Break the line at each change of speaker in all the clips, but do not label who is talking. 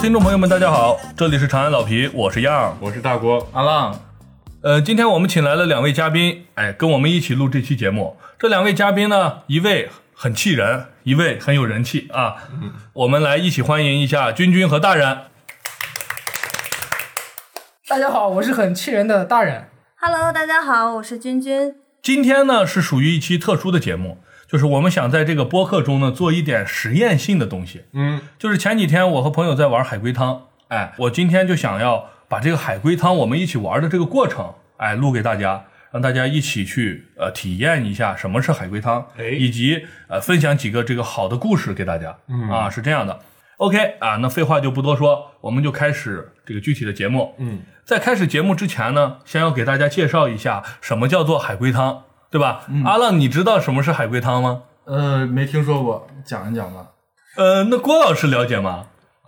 听众朋友们，大家好，这里是长安老皮，我是样儿。
我是大郭，
阿浪，
呃，今天我们请来了两位嘉宾，哎，跟我们一起录这期节目。这两位嘉宾呢，一位很气人，一位很有人气啊。
嗯
我们来一起欢迎一下君君和大人。
大家好，我是很气人的大人。
Hello，大家好，我是君君。
今天呢是属于一期特殊的节目，就是我们想在这个播客中呢做一点实验性的东西。
嗯，
就是前几天我和朋友在玩海龟汤，哎，我今天就想要把这个海龟汤我们一起玩的这个过程，哎，录给大家，让大家一起去呃体验一下什么是海龟汤，
哎
以及呃分享几个这个好的故事给大家。嗯啊，是这样的。OK 啊，那废话就不多说，我们就开始这个具体的节目。
嗯，
在开始节目之前呢，先要给大家介绍一下什么叫做海龟汤，对吧？阿浪，你知道什么是海龟汤吗？
呃，没听说过，讲一讲吧。
呃，那郭老师了解吗？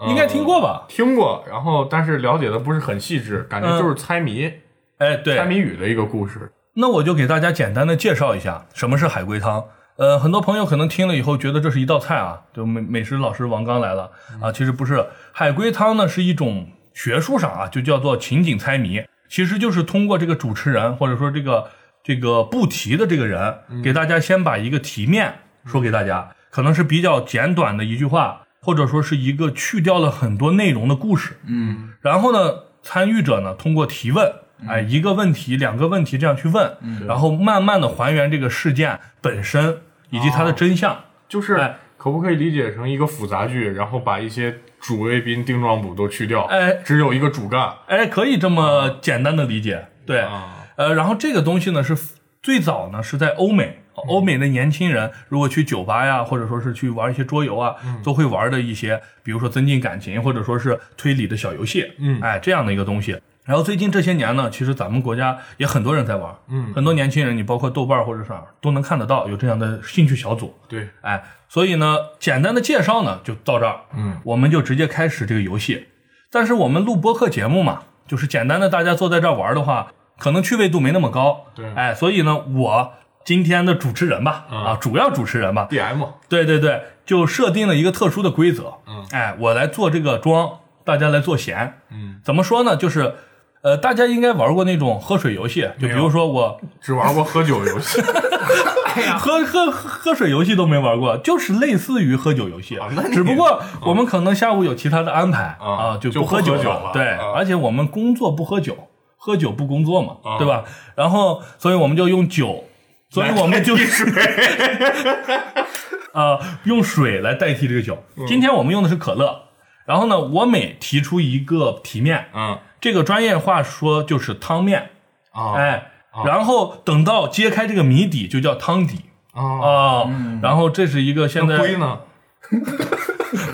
应该听过吧？
听过，然后但是了解的不是很细致，感觉就是猜谜、
哎，对，
猜谜语的一个故事。
那我就给大家简单的介绍一下什么是海龟汤。呃，很多朋友可能听了以后觉得这是一道菜啊，就美美食老师王刚来了啊，其实不是。海龟汤呢是一种学术上啊，就叫做情景猜谜，其实就是通过这个主持人或者说这个这个布题的这个人，给大家先把一个题面说给大家，可能是比较简短的一句话，或者说是一个去掉了很多内容的故事，
嗯，
然后呢，参与者呢通过提问，哎，一个问题、两个问题这样去问，然后慢慢的还原这个事件本身以及它的真相。
就是
哎
可不可以理解成一个复杂剧，然后把一些主谓宾、定状补都去掉，
哎
只有一个主干
哎，可以这么简单的理解，对。
啊？
呃，然后这个东西呢是最早呢是在欧美，
嗯
欧美的年轻人如果去酒吧呀，或者说是去玩一些桌游啊，
嗯
都会玩的一些，比如说增进感情或者说是推理的小游戏，
嗯
哎这样的一个东西。然后最近这些年呢，其实咱们国家也很多人在玩，
嗯
很多年轻人，你包括豆瓣儿或者啥都能看得到有这样的兴趣小组，
对，
哎，所以呢，简单的介绍呢就到这儿，
嗯，
我们就直接开始这个游戏。但是我们录播客节目嘛，就是简单的大家坐在这儿玩的话，可能趣味度没那么高，
对
哎，所以呢，我今天的主持人吧，
嗯
啊，主要主持人吧，
d m
对对对，就设定了一个特殊的规则，
嗯，
哎，我来做这个庄，大家来做闲，
嗯，
怎么说呢？就是，呃，大家应该玩过那种喝水游戏，就比如说我
只玩过喝酒游 戏，
喝喝喝水游戏都没玩过，就是类似于喝酒游戏，
哦
啊
那你嗯
只不过我们可能下午有其他的安排、
啊
啊，就
就
不喝酒
不喝酒了
对，
啊
而且我们工作不喝酒，喝酒不工作嘛，
啊
对吧？然后，所以我们就用酒，所以我们就 啊、用水来代替这个酒。
嗯
今天我们用的是可乐。然后呢，我每提出一个题面，
嗯
这个专业话说就是汤面，
啊
哎，然后等到揭开这个谜底就叫汤底。
啊，
啊、然后这是一个现在
那龟呢？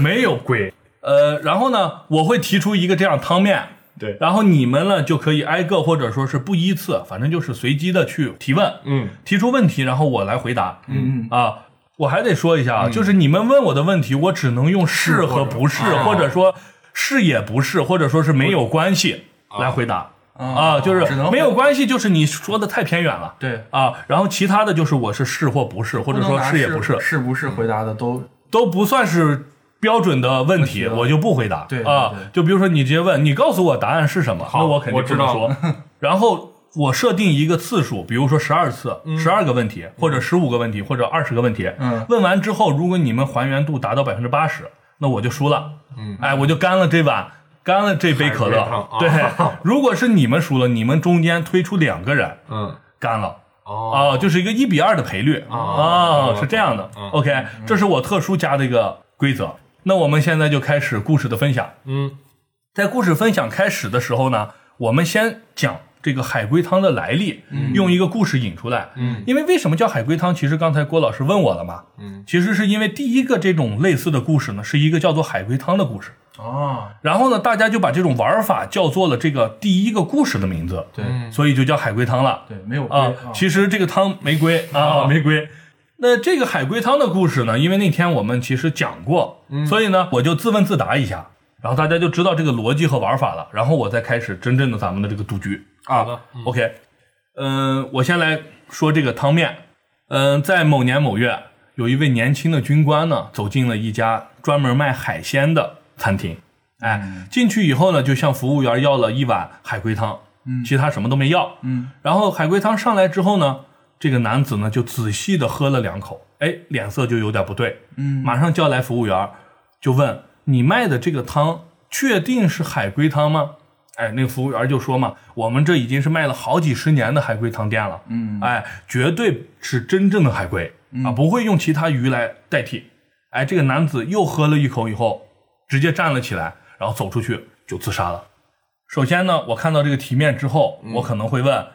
没有龟，呃，然后呢，我会提出一个这样汤面，
对
然后你们呢就可以挨个或者说是不依次，反正就是随机的去提问，
嗯，
提出问题，然后我来回答，
嗯
啊。我还得说一下啊，就是你们问我的问题，我只能用是和不是，或者说是也不是，或者说是没有关系来回答啊，就是
只能
没有关系，就是你说的太偏远了，
对，
啊，然后其他的就是我是是或不是，或者
不能
说
拿
是也不是，
是不是回答的都
都不算是标准的问题，
问题了
我就不回答。
对
啊
对对，
就比如说你直接问，你告诉我答案是什么，
好
那我肯定
我
不
知
能
道
说。然后我设定一个次数，比如说十二次、十二个问题，或者十五个问题，或者二十个问题。
嗯
问完之后，如果你们还原度达到百分之八十，那我就输了。
嗯，
哎，我就干了这碗。干了这杯可乐
海龟汤，
对
啊，
如果是你们输了，你们中间推出两个人
嗯，
干了，
哦，
啊，就是一个一比二的赔率
啊
啊，是这样的
嗯。
OK，这是我特殊加的一个规则。那我们现在就开始故事的分享。
嗯，
在故事分享开始的时候呢，我们先讲这个海龟汤的来历，用一个故事引出来。
嗯，
因为为什么叫海龟汤？其实刚才郭老师问我了嘛。
嗯，
其实是因为第一个这种类似的故事呢，是一个叫做海龟汤的故事。
哦，
然后呢，大家就把这种玩法叫做了这个第一个故事的名字，
对
所以就叫海龟汤了。
对，没有规
啊，
啊
其实这个汤玫瑰啊，玫瑰。那这个海龟汤的故事呢，因为那天我们其实讲过，所以呢，我就自问自答一下，然后大家就知道这个逻辑和玩法了，然后我再开始真正的咱们的这个赌局
好的，
OK，嗯、我先来说这个汤面。嗯、在某年某月，有一位年轻的军官呢，走进了一家专门卖海鲜的餐厅。
嗯
哎，进去以后呢，就向服务员要了一碗海龟汤，
嗯
其他什么都没要。
嗯，
然后海龟汤上来之后呢，这个男子呢就仔细的喝了两口，哎，脸色就有点不对，
嗯
马上叫来服务员，就问你卖的这个汤确定是海龟汤吗？哎，那个服务员就说嘛，我们这已经是卖了好几十年的海龟汤店了，
嗯，
哎，绝对是真正的海龟、啊，不会用其他鱼来代替。哎，这个男子又喝了一口以后，直接站了起来，然后走出去就自杀了。首先呢，我看到这个题面之后，我可能会问，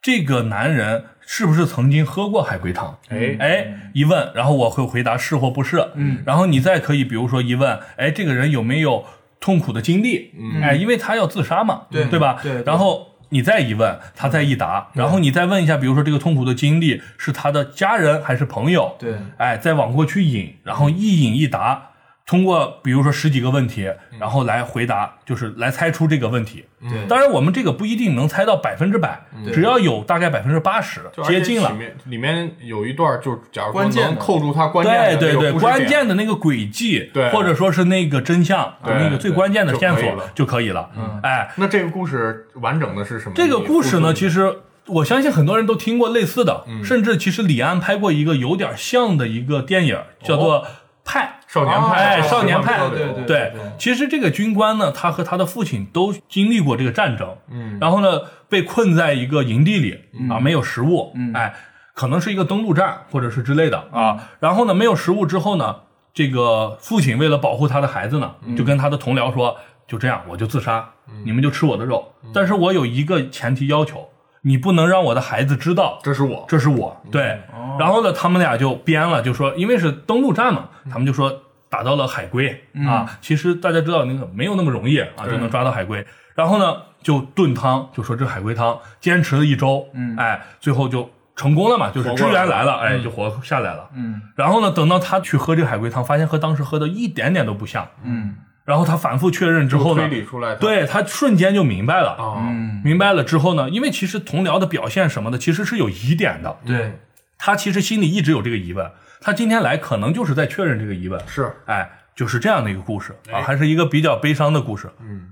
这个男人是不是曾经喝过海龟汤？
哎
哎，一问，然后我会回答是或不是。嗯，然后你再可以比如说一问，哎，这个人有没有痛苦的经历？嗯，哎，因为他要自杀嘛，
对
对吧？
对对
然后。你再一问，他再一答，然后你再问一下，比如说这个痛苦的经历是他的家人还是朋友？
对，
哎，再往过去引，然
嗯
后一引一答，通过比如说十几个问题，
嗯
然后来回答，就是来猜出这个问题。
对
当然，我们这个不一定能猜到百分之百，
对
只要有大概百分之八十
嗯就
接近
而且
了
里。面里面有一段，就是假如说
关键的
能扣住它关键
对
的
对
那个
对，
故事
关
点
键的那个轨迹，
对
或者说是那个真相，
对
那个最
对
关键的
就
线
可以
索
了嗯
就可以了。哎，
那这个故事完整的是什么？
这个故事呢，其
实
实我相信很多人都听过类似的，
嗯
甚至其实李安拍过一个有点像的一个电影，叫做
哦
《派》。
少年派，
哎
这个
少年派
漫画
对
里头
对
对，其实这个军官呢，他和他的父亲都经历过这个战争，嗯，然后呢被困在一个营地里啊，没有食物，哎，可能是一个登陆战或者是之类的啊，然后呢没有食物之后呢，这个父亲为了保护他的孩子呢，就跟他的同僚说，就这样我就自杀，你们就吃我的肉，但是我有一个前提要求，你不能让我的孩子知道
这是我
这是我对。
哦
然后呢，他们俩就编了，就说因为是登陆战嘛，
嗯
他们就说打到了海龟啊。其实大家知道那个没有那么容易啊，就能抓到海龟。然后呢，就炖汤，就说这海龟汤，坚持了一周，哎，最后就成功了嘛，就是
嗯活
支
过来
援
了
来了，哎，就活下来了。嗯。然后呢，等到他去喝这个海龟汤，发现和当时喝的一点点都不像。
嗯。
然后他反复确认之后呢
推，理出来它
对他瞬间就明白了。
啊，
明白了之后呢，因为其实同僚的表现什么的，其实是有疑点的。
对，
他其实心里一直有这个疑问，他今天来可能就是在确认这个疑问。
是
哎，就是这样的一个故事啊，
哎
还是一个比较悲伤的故事。
嗯，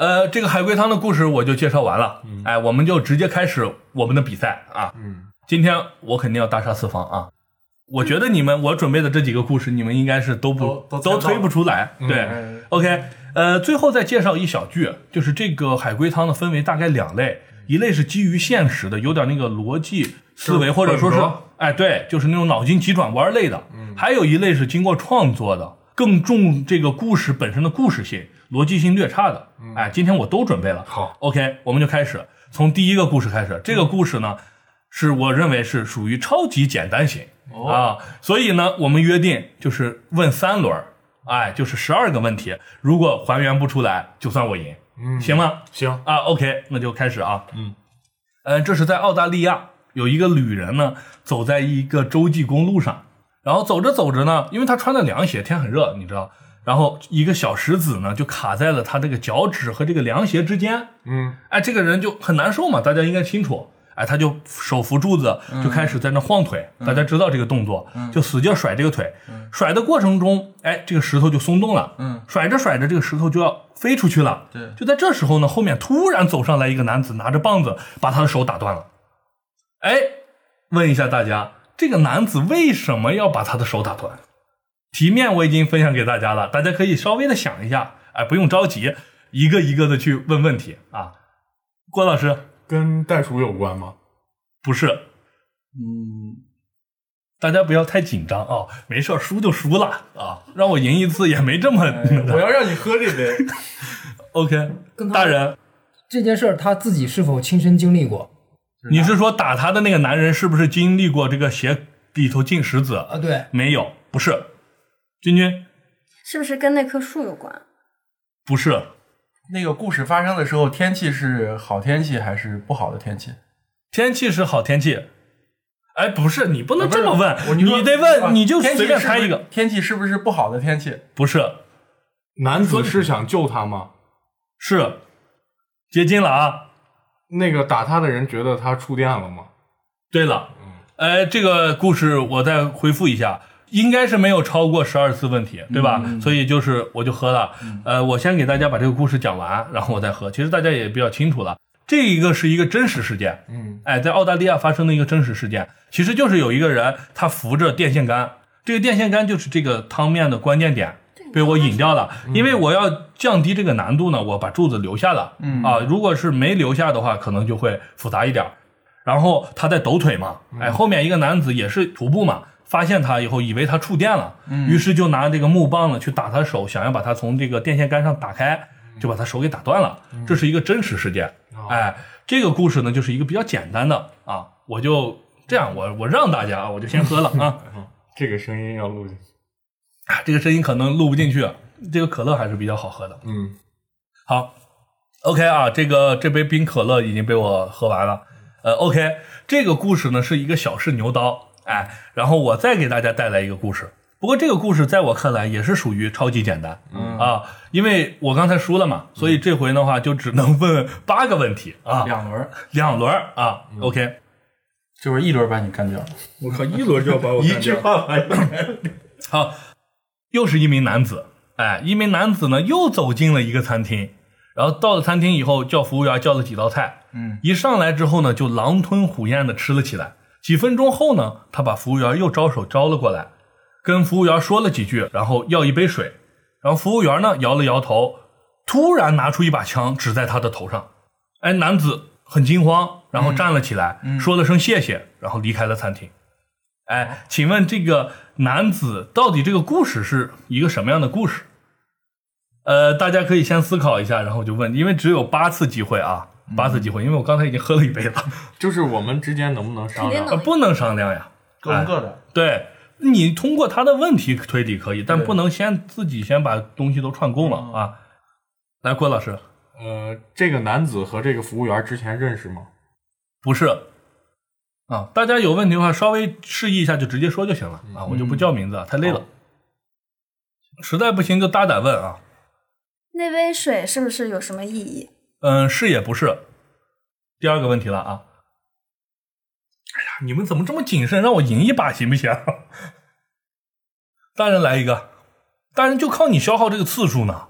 呃，这个海龟汤的故事我就介绍完了。哎，我们就直接开始我们的比赛啊。
嗯，
今天我肯定要大杀四方啊。我觉得你们我准备的这几个故事，你们应该是都不
都都猜到了
推不出来。对
嗯
，OK，呃，最后再介绍一小句，就是这个海龟汤呢分为大概两类，一类是基于现实的，有点那个逻辑思维，
就是
或者说是
本格
哎，对，就是那种脑筋急转弯类的。
嗯
还有一类是经过创作的，更重这个故事本身的故事性、逻辑性略差的。
嗯
哎，今天我都准备了。
好
，OK，我们就开始，从第一个故事开始。这
嗯
个故事呢，是我认为是属于超级简单型、啊，所以呢，我们约定就是问三轮儿，哎，就是十二个问题，如果还原不出来，就算我赢，嗯，行吗？
行，
啊，OK，那就开始啊。
嗯，
呃，这是在澳大利亚有一个旅人呢，走在一个洲际公路上，然后走着走着呢，因为他穿的凉鞋，天很热，你知道，然后一个小石子呢就卡在了他这个脚趾和这个凉鞋之间，
嗯，
哎，这个人就很难受嘛，大家应该清楚。哎，他就手扶柱子，
嗯
就开始在那晃腿，大家知道这个动作，就使劲甩这个腿。
嗯
甩的过程中，哎，这个石头就松动了。
嗯，
甩着甩着，这个石头就要飞出去了。
对
就在这时候呢，后面突然走上来一个男子，拿着棒子把他的手打断了。哎，问一下大家，这个男子为什么要把他的手打断？题面我已经分享给大家了，大家可以稍微的想一下，哎，不用着急，一个一个的去问问题啊。郭老师，
跟袋鼠有关 吗？
不是，
嗯，
大家不要太紧张啊，没事儿，输就输了啊，让我赢一次也没这么、
哎我要让你喝这杯，
OK。
跟他
大人，
这件事儿他自己是否亲身经历过？
你是说打他的那个男人是不是经历过这个鞋里头进石子？
啊，对，
没有，不是。君君，
是不是跟那棵树有关？
不是，
那个故事发生的时候，天气是好天气还是不好的天气？
天气是好天气。哎，不是，你不能这么问，
我
你
说
得问，
啊
你就
天气
随便
是
猜
不
一
是
个。
天气是不是不好的天气？
不是，
男子是想救他吗？
是接近了啊。
那个打他的人觉得他触电了吗？
嗯
对了，哎，这个故事我再回复一下，应该是没有超过十二次问题，对吧？
嗯
所以就是我就喝了。呃，我先给大家把这个故事讲完，然后我再喝。其实大家也比较清楚了，这一个是一个真实事件，嗯，哎，在澳大利亚发生的一个真实事件，其实就是有一个人他扶着电线杆，这个电线杆就是这个汤面的关键点。被我引掉了，因为我要降低这个难度呢，我把柱子留下了。嗯啊，如果是没留下的话，可能就会复杂一点儿。然后他在抖腿嘛，哎，后面一个男子也是徒步嘛，发现他以后以为他触电了，
嗯
于是就拿这个木棒呢去打他手，想要把他从这个电线杆上打开，就把他手给打断了。这是一个真实事件，
哦
哎，这个故事呢就是一个比较简单的啊，我就这样，我我让大家啊，我就先喝了啊，
这个声音要录进去。
啊这个声音可能录不进去，这个可乐还是比较好喝的。
嗯，
好，OK 啊，这个这杯冰可乐已经被我喝完了。呃，OK，这个故事呢是一个小试牛刀，哎，然后我再给大家带来一个故事。不过这个故事在我看来也是属于超级简单、啊，因为我刚才输了嘛，所以这回的话就只能问八个问题啊，
两轮儿，
两轮儿啊。OK，
这会儿一轮儿把你干 掉。
我靠，一轮就要把我干掉。
话
好，又是一名男子，哎，一名男子呢又走进了一个餐厅，然后到了餐厅以后叫服务员叫了几道菜，嗯，一上来之后呢就狼吞虎咽的吃了起来。几分钟后呢，他把服务员又招手招了过来，跟服务员说了几句，然后要一杯水，然后服务员呢摇了摇头，突然拿出一把枪指在他的头上，哎，男子很惊慌，然后站了起来，说了声谢谢，然后离开了餐厅。哎，请问这个男子到底这个故事是一个什么样的故事？呃，大家可以先思考一下，然后就问，因为只有八次机会啊，八次机会，因为我刚才已经喝了一杯了，
就是我们之间能不能商
肯定
量？
呃
能。
不能商量呀。
各问各的，
对你通过他的问题推理可以，但不能先自己先把东西都串供了啊。来，郭老师，
呃，这个男子和这个服务员之前认识吗？
不是啊，大家有问题的话，稍微示意一下就直接说就行了啊，我就不叫名字啊，太累了。实在不行就大胆问啊，
那杯水是不是有什么意义？
嗯，是也不是。第二个问题了啊！哎呀，你们怎么这么谨慎？让我赢一把行不行？ 大人来一个，大人就靠你消耗这个次数呢。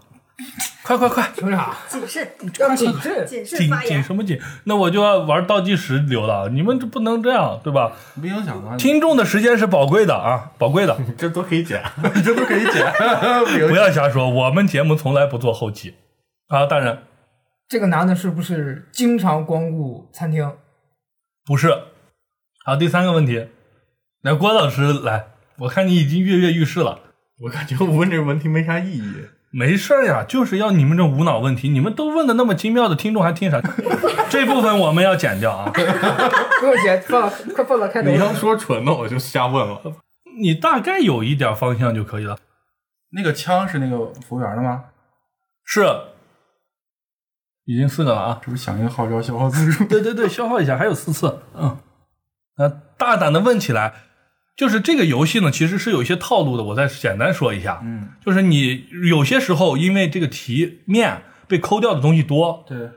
快快快，
凭啥？
谨慎，
要谨慎。
谨慎
紧
发
紧
言。
什么紧？那我就要玩倒计时流了。你们这不能这样，对吧？
没影响啊的，
听众的时间是宝贵的啊，宝贵的，
这都可以剪。
这都可以剪。
不要瞎说。我们节目从来不做后期啊，大人
这个男的是不是经常光顾餐厅？
不是。好，第三个问题，来郭老师来，我看你已经跃跃欲试了。
我感觉我问这个问题没啥意义。
没事儿呀，就是要你们这无脑问题，你们都问的那么精妙的，听众还听啥？这部分我们要剪掉啊！
给我姐放 了，快放到开头
你。要说蠢的，我就瞎问了。
你大概有一点方向就可以了。
那个枪是那个服务员的吗？
是，已经四个了啊！
这不是响应号召消耗自助？
对对对，消耗一下，还有四次。嗯，那大胆的问起来，就是这个游戏呢，其实是有一些套路的，我再简单说一下。
嗯，
就是你有些时候因为这个题面被抠掉的东西多，
对，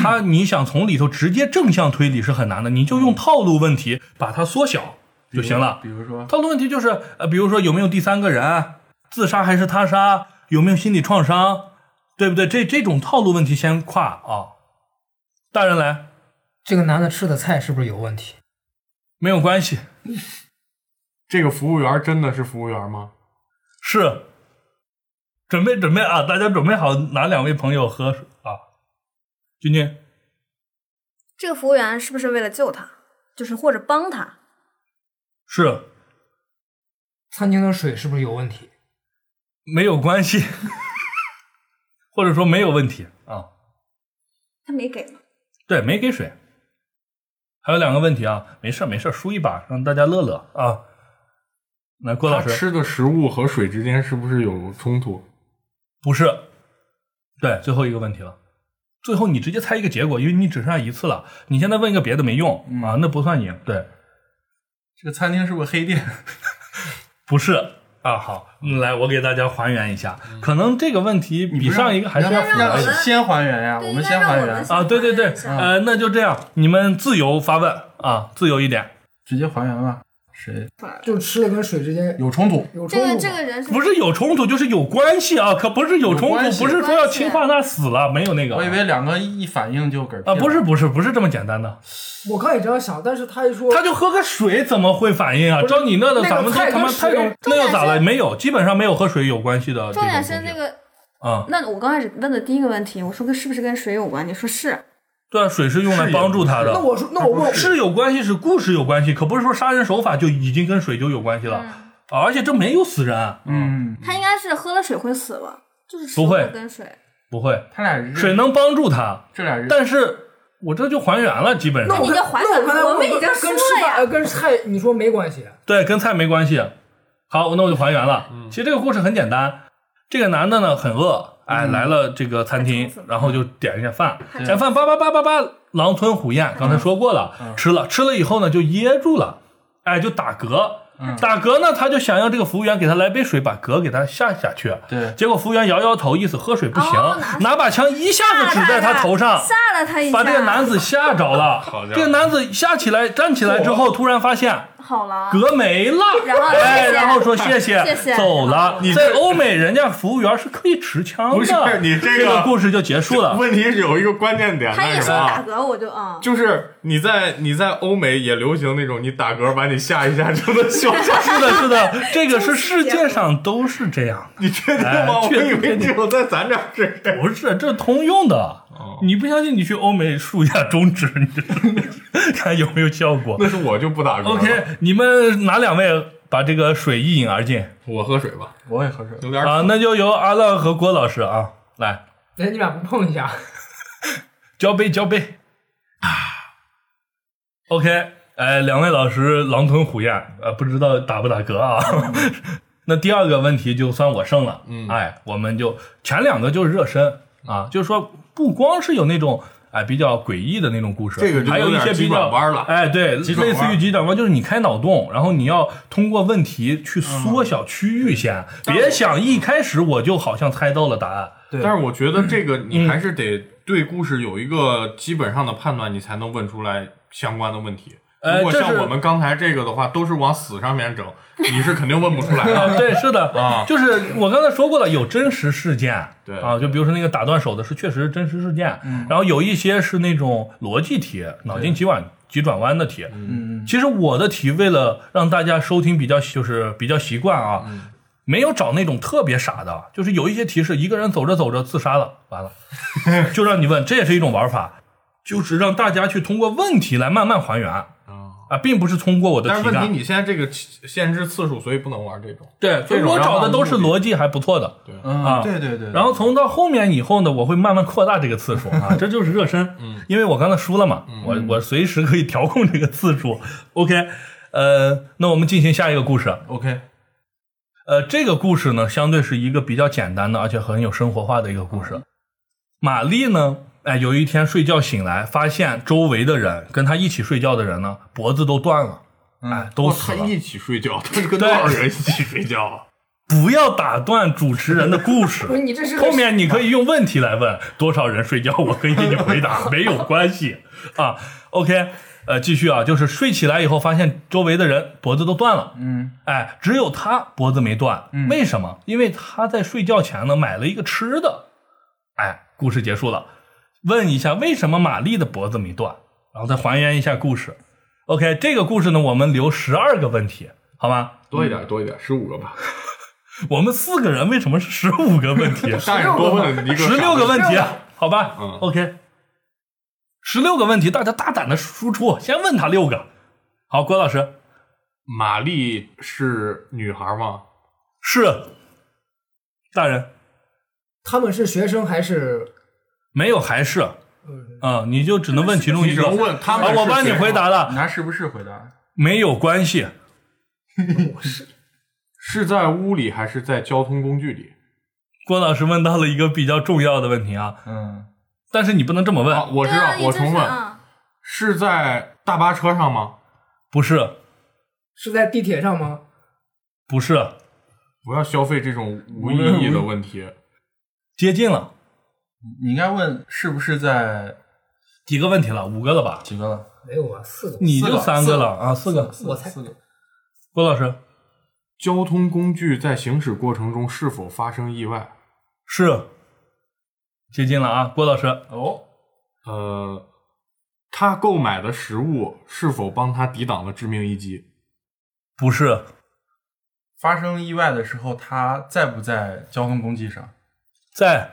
它你想从里头直接正向推理是很难的，你就用套路问题把它缩小就行了。
比如说，
套路问题就是呃，比如说有没有第三个人，啊自杀还是他杀，有没有心理创伤，对不对？这这种套路问题先跨啊。大人来
这个男的吃的菜是不是有问题？
没有关系，
这个服务员真的是服务员吗？
是准备准备啊，大家准备好哪两位朋友喝水啊？君君
这个服务员是不是为了救他，就是或者帮他？
是
餐厅的水是不是有问题？
没有关系， 或者说没有问题啊。
他没给吗？
对，没给水。还有两个问题啊，没事儿没事儿，输一把让大家乐乐啊。来，郭老
他
师
啊吃的食物和水之间是不是有冲突？
不是，对，最后一个问题了。最后你直接猜一个结果，因为你只剩下一次了。你现在问一个别的没用、啊，那不算赢。对，
这个餐厅是不是黑店？
不是啊。好，嗯来，我给大家还原一下，可能这个问题比上一个还是要
让
复杂一
让
点
先还原呀，我们先还原，
啊。对对对，呃，那就这样，你们自由发问啊，自由一点。
直接还原吧。是
就吃的跟水之间
有冲突。
有
这
冲突
个
吧
这个人是
不是有冲突，就是有关系啊，可不是有冲
有关
突，
系
不是说要亲化他死了，没有那个。
我以为两个一反应就嗝屁
啊，不
了
是不是不是这么简单的，
我刚也这样想，但是他一说
他就喝个水怎么会反应啊？
不是
照你那的，
那个
咱们都
菜
他妈
跟
太
水
懂
重
那
点
又咋了？
是
没有，基本上没有和水有关系的这种
重
东西。
点是那个，
啊，
那我刚开始问的第一个问题，我说跟是不是跟水有关？你说是，
对啊，水是用来
是
帮助他的。
那我说那我问
是有关系，是故事有关系，可不是说杀人手法就已经跟水就有关系了，啊而且这没有死人，
嗯，
他应该是喝了水会死吧？就是吃
不会
跟水，
不会，
他俩是
水能帮助他，
这俩人
啊但是我这就还原了，基本
那
上
我
你就还
那我刚才
我们
问
已经
跟
说了
吃饭
呀
呃跟菜你说没关系，
对，跟菜没关系。好，那我就还原了。
嗯
其实这个故事很简单，这个男的呢很饿，哎，
嗯
来了这个餐厅，然后就点一下饭，
嗯
点饭叭叭叭叭叭，狼吞虎咽，刚才说过了，
嗯
吃了吃了以后呢就噎住了，哎，就打嗝。
嗯
打嗝呢，他就想要这个服务员给他来杯水，把嗝给他下下去。
对
结果服务员摇摇头，意思喝水不行，
哦拿
拿把枪一下子指在他头上，
吓了他一下，
把这个男子吓着了
好。家伙
这个男子吓起来，站起来之后，突然发现
好了，
隔没了，
然后谢
哎，
谢
然后说谢谢，
谢谢
走了。
你
在
这
欧美，人家服务员是可以持枪的。
不是你这
这
个
故事就结束了。
问题是有一个关键点，
他
那
一
是
说
什
打
么？
嗝，我就啊，
就是你在你在欧美也流行那种你打嗝把你吓一吓就能笑下
是的，是 的，这个是世界上都是这样
你确定吗？
哎
我
确
以为只有在咱这儿是这
的，
样。
不是这是通用的。
哦
你不相信，你去欧美竖一下中指，你知道吗 看有没有效果。
那是我就不打嗝了。
OK，你们哪两位把这个水一饮而尽
我喝水吧，
我也喝水，
有点
啊？那就由阿浪和郭老师啊来
哎，你俩不碰一下，
交杯交杯。OK，哎，两位老师狼吞虎咽，呃，不知道打不打嗝啊？ 那第二个问题就算我胜了，嗯，哎，我们就前两个就是热身啊，就是说不光是有那种。哎，比较诡异的那种故事，
这个就
还有
有
一
点
些比
急
较
转弯了
哎，对，类
急转弯
似于急转弯，就是你开脑洞，然后你要通过问题去
嗯
缩小区域先，别想一开始我就好像猜到了答案。
对
但是我觉得这个你还是得对故事有一个基本上的判断，你才能问出来相关的问题。
呃
如果
这
像
是
我们刚才这个的话，都是往死上面整，你是肯定问不出来
啊，
的。
对，是的，
啊
就是我刚才说过了，有真实事件，
对嗯
啊，就比如说那个打断手的是确实是真实事件，然后有一些是那种逻辑题、脑筋急转急转弯的题。
嗯，
其实我的题为了让大家收听比较就是比较习惯啊，
嗯
没有找那种特别傻的，就是有一些题是一个人走着走着自杀了，完 了，就让你问，这也是一种玩法，就是让大家去通过问题来慢慢还原
嗯
啊，并不是通过我的
但
题
是问
干
题，。你现在这个限制次数，所以不能玩这种。
对，所以
这种
我
让
找
他
的都是
们
逻辑还不错的。
对，
啊
嗯，对对对，
然后从到后面以后呢，我会慢慢扩大这个次数 啊，这就是热身。嗯，因为我刚才输了嘛，
嗯
我我随时可以调控这个次数。OK，呃，那我们进行下一个故事。啊
OK，
呃，这个故事呢，相对是一个比较简单的，而且很有生活化的一个故
嗯
事。玛丽呢，哎，有一天睡觉醒来，发现周围的人跟她一起睡觉的人呢，脖子都断了，
嗯
哎，都
哇
死
他
了。
一起睡觉，他是跟多少人一起睡觉啊？
不要打断主持人的故事。
不是你这是个啊
后面你可以用问题来问多少人睡觉，我可以给你回答， 没有关系啊。OK，呃，继续啊，就是睡起来以后发现周围的人脖子都断了，
嗯，
哎，只有他脖子没断，
嗯
为什么？因为他在睡觉前呢买了一个吃的，哎，故事结束了。问一下为什么玛丽的脖子没断，然后再还原一下故事。OK，这个故事呢，我们留十二个问题，好吗？
多一点，多一点，十五个吧。
我们四个人为什么是十五个问题？
大人多问了一个
十六个问题，啊好吧？
嗯
o k 十六个问题，大家大胆的输出，先问他六个。好，郭老师
玛丽是女孩吗？
是大人，
他们是学生还是
没有还是啊、你就只能问其中一
你只
个。
能问他们
啊，
是
我帮你
谁
回答了，
拿是不是回答？
没有关系，
是在屋里还是在交通工具里？
郭老师问到了一个比较重要的问题啊，
嗯，
但是你不能这么问，
啊，我知
对啊
道，
你
我
真
重
是
问，
啊
是在大巴车上吗？
不是，
是在地铁上吗？
不是，
不要消费这种无意义的问题。
接近了，
你应该问是不是在
几个问题了，五个了吧？
几个了？
没有啊，四个。
你就
四个
三
四
个
个
了啊，四个，
四
我
个
猜
四个，
郭老师
交通工具在行驶过程中是否发生意外？
是接近了啊，郭老师
哦，
呃，他购买的食物是否帮他抵挡了致命一击？
不是
发生意外的时候，他在不在交通工具上？
在，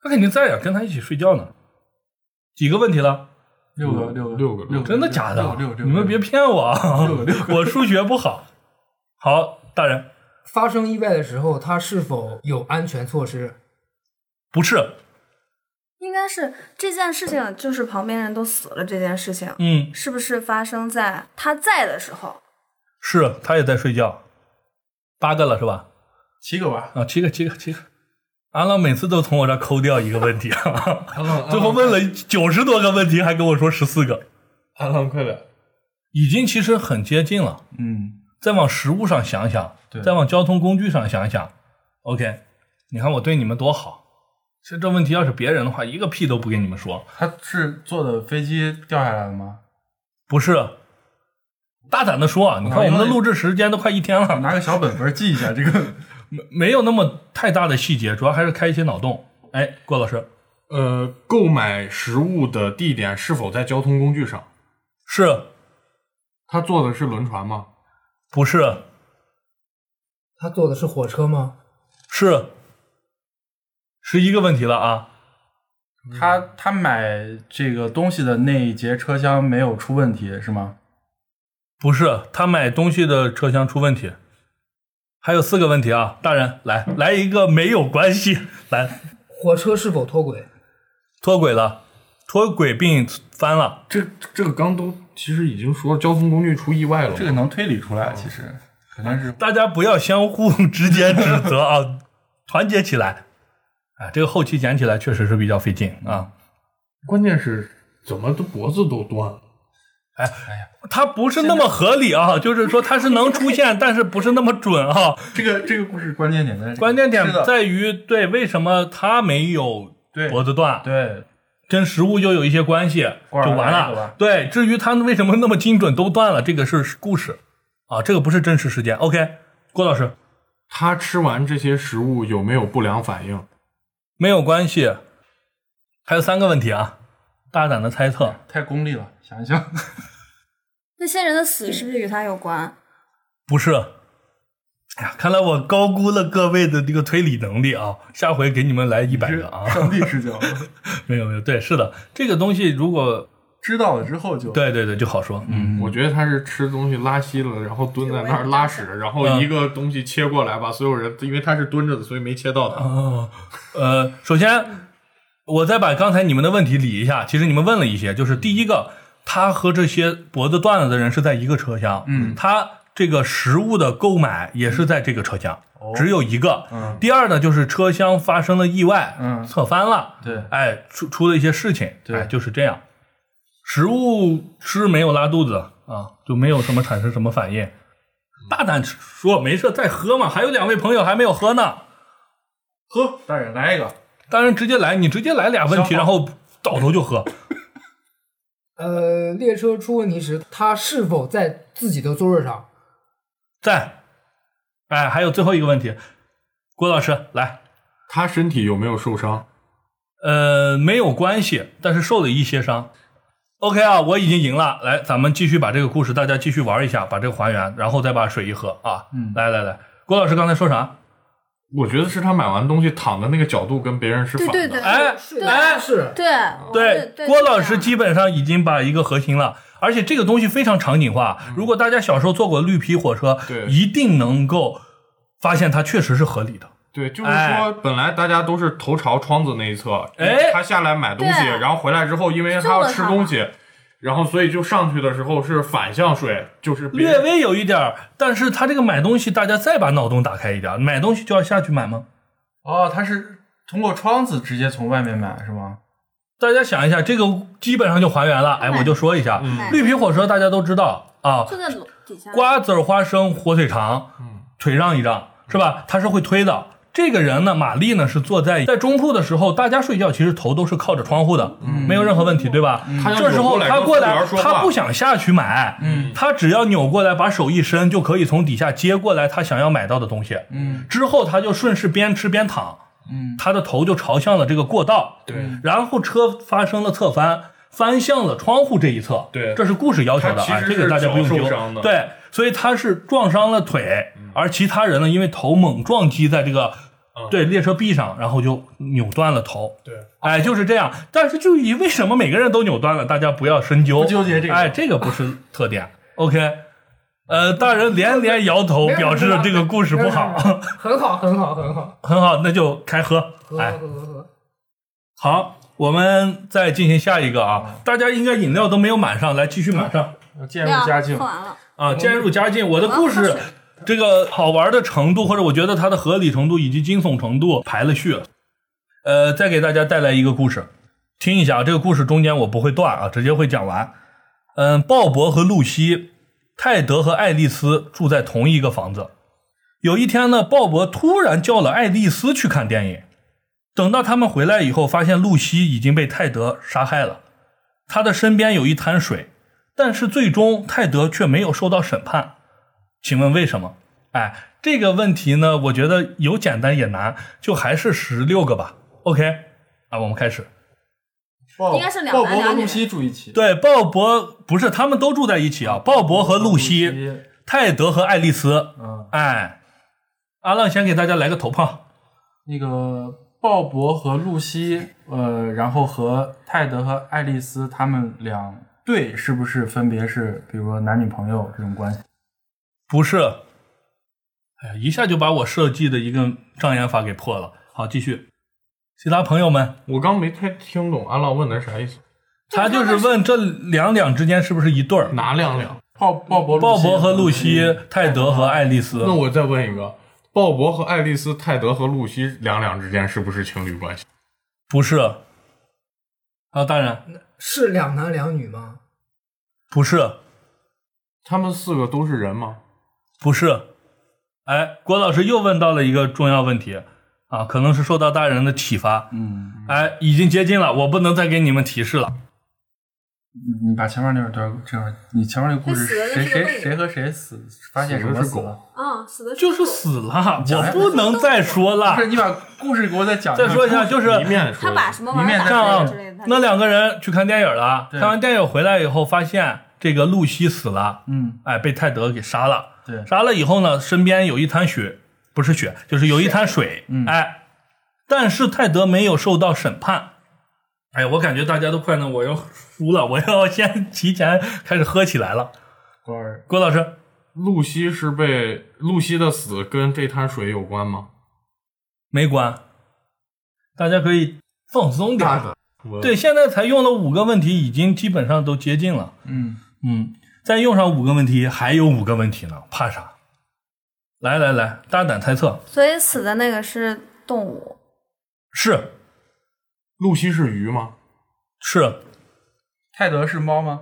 他肯定在呀、跟他一起睡觉呢。几个问题了？
六个，
六
六
个六个
个，六个，
真的假的？啊
六六六，
你们别骗我啊！
六个六
我数学不好。好，大人
发生意外的时候，他是否有安全措施？
不是，
应该是这件事情，就是旁边人都死了这件事情，
嗯，
是不是发生在他在的时候？
是他也在睡觉。八个了是吧？
七个吧。
啊，七个，七个，七个。阿浪每次都从我这儿抠掉一个问题，啊
阿 浪
最后问了九十多个问题，还跟我说十四个，
阿浪快点，
已经其实很接近了。
嗯，
再往食物上想想，
对
再往交通工具上想想，OK，你看我对你们多好。其实这问题要是别人的话，一个屁都不跟你们说。
他是坐的飞机掉下来的吗？
不是，大胆的说啊，你看
啊
我们的
因为
录制时间都快一天了，
拿个小本本记一下这个。
没没有那么太大的细节，主要还是开一些脑洞。哎，郭老师，
呃，购买食物的地点是否在交通工具上？
是
他坐的是轮船吗？
不是？
他坐的是火车吗？
是十一个问题了啊，
他他买这个东西的那一节车厢没有出问题是吗？
不是他买东西的车厢出问题，还有四个问题啊，大人来来一个没有关系，来
火车是否脱轨？
脱轨了，脱轨并翻了，
这这个刚都其实已经说交通工具出意外了嘛，
这个能推理出来，其实肯定哦是
大家不要相互之间指责啊， 团结起来。哎，这个后期剪起来确实是比较费劲啊。
关键是怎么都脖子都断了。
它不是那么合理啊，就是说它是能出现，但是不是那么准啊。
这个这个故事关键点在这里
关键点
是的
在于，对，为什么它没有
对
脖子断？
对
跟食物就有一些关系，
罐儿
就完
来一个
了
吧。
对，至于它为什么那么精准都断了，这个是故事啊，这个不是真实事件。OK，郭老师
他吃完这些食物有没有不良反应？
没有关系。还有三个问题啊，大胆的猜测，
太功利了，想一想，
那些人的死是不是与他有关？
不是。哎呀，看来我高估了各位的这个推理能力啊！下回给你们来一百个啊！
上帝视角，
没有没有，对，是的，这个东西如果
知道了之后就
对对对就好说，嗯，
我觉得他是吃东西拉稀了，然后蹲在那儿拉屎，然后一个东西切过来把所有人，因为他是蹲着的，所以没切到
嗯
他。
哦，呃，首先我再把刚才你们的问题理一下，其实你们问了一些，就是第一个，他和这些脖子断了的人是在一个车厢，嗯，他这个食物的购买也是在这个车厢，
哦
只有一个，嗯，第二呢就是车厢发生了意外，
嗯
侧翻了，
对
哎，出出了一些事情，
对
哎，就是这样。食物吃没有拉肚子啊，就没有什么产生什么反应。大胆说，没事再喝嘛，还有两位朋友还没有喝呢。
喝，大人来一个，
当然直接来，你直接来俩问题，
消
然后倒头就喝。
呃，列车出问题时，他是否在自己的座位上？
在，哎，还有最后一个问题，郭老师来，
他身体有没有受伤？
呃，没有关系，但是受了一些伤。OK 啊，我已经赢了。来，咱们继续把这个故事，大家继续玩一下，把这个还原，然后再把水一喝啊。嗯，来来来，郭老师刚才说啥？
我觉得是他买完东西躺的那个角度跟别人是反的。
对对对
哎
对
哎，
是
对
对，啊郭老师基本上已经把一个核心了，而且这个东西非常场景化。如果大家小时候坐过绿皮火车，
对
一定能够发现它确实是合理的。
对就是
哎
说本来大家都是头朝窗子那一侧，
哎
他下来买东西，
对
然后回来之后，因为他要吃东西，然后所以就上去的时候是反向睡，就是别人
略微有一点儿，但是他这个买东西，大家再把脑洞打开一点儿，买东西就要下去买吗？
哦，他是通过窗子直接从外面买是吗？
大家想一下，这个基本上就还原了。哎，
买
我就说一下，
嗯
绿皮火车大家都知道啊，
坐在楼底
嗯
下。
瓜子儿、花生、火腿肠，腿上一张是吧？它是会推的，这个人呢，玛丽呢是坐在在中铺的时候，大家睡觉其实头都是靠着窗户的，没有任何问题，对吧？
嗯他要
这时
扭
候
过来
他
跟
过
服务
来
员，说
他
话
不想下去买，嗯，他只要扭过来，把手一伸，就可以从底下接过来他想要买到的东西，嗯，之后他就顺势边吃边躺，嗯，他的头就朝向了这个过道，对，然后车发生了侧翻。翻向了窗户这一侧，
对
这是故事要求的
他其
啊，
实
这个
是
大家不用
脚
纠
受伤的嗯
对，所以他是撞伤了腿，而其他人呢，因为头猛撞击在这个对列车壁上，然后就扭断了头。
对，
哦
哎，就是这样。但是就以为什么每个人都扭断了，大家不要深究，
不纠结这个
哎，这个不是特点。OK，呃，大人连连摇头，
没有
表示了这个故事不
没有没有
好。
没有很好，很好，很好，
很好，那就开喝。
喝
哎
喝，喝喝。
好，我们再进行下一个
嗯
啊。大家应该饮料都没有满上，来继续满上。
渐
对
入
啊
佳境
喝，完了，
啊，渐入佳境。我的故
我
事
要喝水，
这个好玩的程度，或者我觉得它的合理程度以及惊悚程度排了序。呃，再给大家带来一个故事，听一下啊。这个故事中间我不会断啊，直接会讲完。嗯，鲍勃和露西，泰德和爱丽丝住在同一个房子。有一天呢，鲍勃突然叫了爱丽丝去看电影。等到他们回来以后，发现露西已经被泰德杀害了，他的身边有一滩水，但是最终泰德却没有受到审判。请问为什么？哎，这个问题呢，我觉得有简单也难，就还是十六个吧。OK，啊，我们开始。
鲍
应该是两
鲍
男
勃和
两女
露西住一起，
对，鲍勃不是他们都住在一起啊，鲍勃和露西、
西，
泰德和爱丽丝。
嗯，
哎，阿浪先给大家来个头炮。
那个鲍勃和露西，呃，然后和泰德和爱丽丝他们两对是不是分别是，比如说男女朋友这种关系？
不是，哎呀，一下就把我设计的一个障眼法给破了。好，继续，其他朋友们，
我刚没太听懂安浪问的是啥意思，
他就是问这两两之间是不是一对儿？
哪两两？
鲍鲍勃、
鲍勃和露
露
西、泰德和爱丽
那
丝，
我再问一个，鲍勃和爱丽丝、泰德和露西两两之间是不是情侣关系？
不是。啊，当然
是两男两女吗？
不是，
他们四个都是人吗？
不是。哎，郭老师又问到了一个重要问题啊，可能是受到大人的启发。
嗯，
哎，已经接近了，我不能再给你们提示了。
你你把前面那段段这段，你前面那个故事
谁死了
谁
那是个
谁
狗
谁和谁死，发现
死
什
的
么
是
死
狗
了？
嗯，死的
就是死了，我不能再说了
不。是你把故事给我再讲
再说一下，就是
一面说
他
的
把什么玩意
里
儿
面
打
这样
碎
啊
之类的，，
那两个人去看电影了，
对
看完电影回来以后，发现这个露西死了，
嗯，
哎，被泰德给杀了。
对
杀了以后呢，身边有一滩血，不是血，就是有一滩水，哎，但是泰德没有受到审判。哎，我感觉大家都快弄我要输了，我要先提前开始喝起来了。
官儿
郭老师，
露西是被露西的死跟这滩水有关吗？
没关，大家可以放松点。
的，我
对，现在才用了五个问题，已经基本上都接近了。
嗯，
嗯，再用上五个问题，还有五个问题呢，怕啥？来来来，大胆猜测，
所以死的那个是动物，
是
露西是鱼吗？
是，
泰德是猫吗？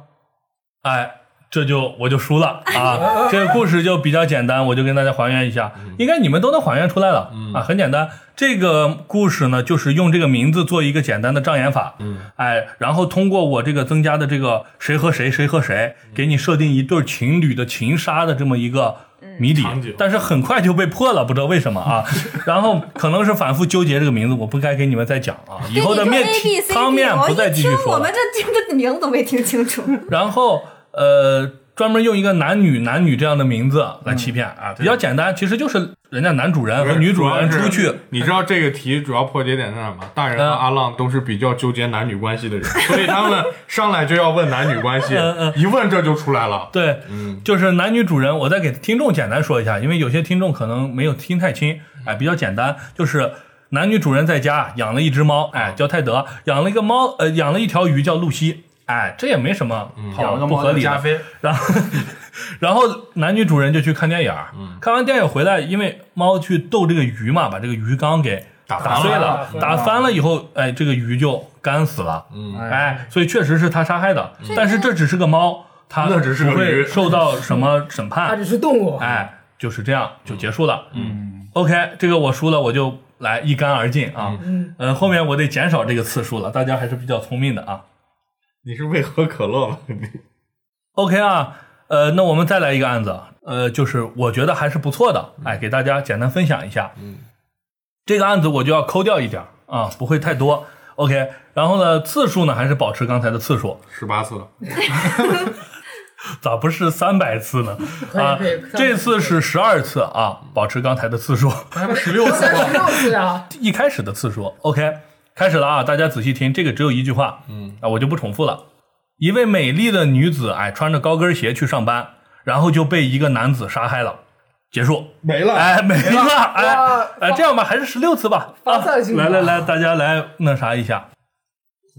哎，这就我就输了啊！这个故事就比较简单，我就跟大家还原一下，应该你们都能还原出来了啊，很简单。这个故事呢，就是用这个名字做一个简单的障眼法，
嗯，
哎，然后通过我这个增加的这个谁和谁谁和谁，给你设定一对情侣的情杀的这么一个谜底
场景，
但是很快就被破了，不知道为什么啊。然后可能是反复纠结这个名字，我不该给你们再讲啊，以后的面
A B C
汤面不再继续
听我
说了
们。这听这名字都没听 清楚，
然后呃，专门用一个男女男女这样的名字来欺骗
嗯
啊，比较简单，其实就是人家男主人和女主人出去。
你知道这个题主要破解点在哪吗？大人和
嗯
阿浪都是比较纠结男女关系的 人，所以他们上来就要问男女关系，
嗯
一问这就出来了。
对，
嗯，
就是男女主人，我再给听众简单说一下，因为有些听众可能没有听太清，哎，比较简单，就是男女主人在家养了一只猫，
啊
哎，叫泰德，养了一个猫，呃，养了一条鱼叫露西，哎，这也没什么
养
好
嗯了个
不
猫
合
叫
理
加
的。
菲，
然后， 然后男女主人就去看电影，
嗯
看完电影回来，因为猫去逗这个鱼嘛，把这个鱼缸给
打
打
翻
碎
了，
了，打翻了以后，哎，这个鱼就干死了。
嗯，
哎，
哎，所以确实是他杀害的，但是这只是个猫，它
那只是个
不会
鱼
受到什么审判
它
哎
只。是动物。
哎，就是这样就结束了。嗯 OK，这个我输了，我就来一干而尽啊。
嗯，
呃，后面我得减少这个次数了，大家还是比较聪明的啊。
你是为喝可乐了？ 你
OK 啊，呃，那我们再来一个案子，呃，就是我觉得还是不错的，
嗯
哎，给大家简单分享一下。
嗯，
这个案子我就要抠掉一点儿啊，不会太多。OK，然后呢，次数呢还是保持刚才的次数，
十八次，
咋不是三百次呢？
可以
啊
可以，上，
这次是十二次啊，保持刚才的次数。
还不十 六次
三
吗？
十六次啊，
一开始的次数。OK，开始了啊，大家仔细听，这个只有一句话，
嗯
啊，我就不重复了。一位美丽的女子，哎，穿着高跟鞋去上班，然后就被一个男子杀害了。结束，
没了
哎，没了，哎
哇，
哎，这样吧，还是十六次吧。啊
发散性的
来来来，大家来那啥一下，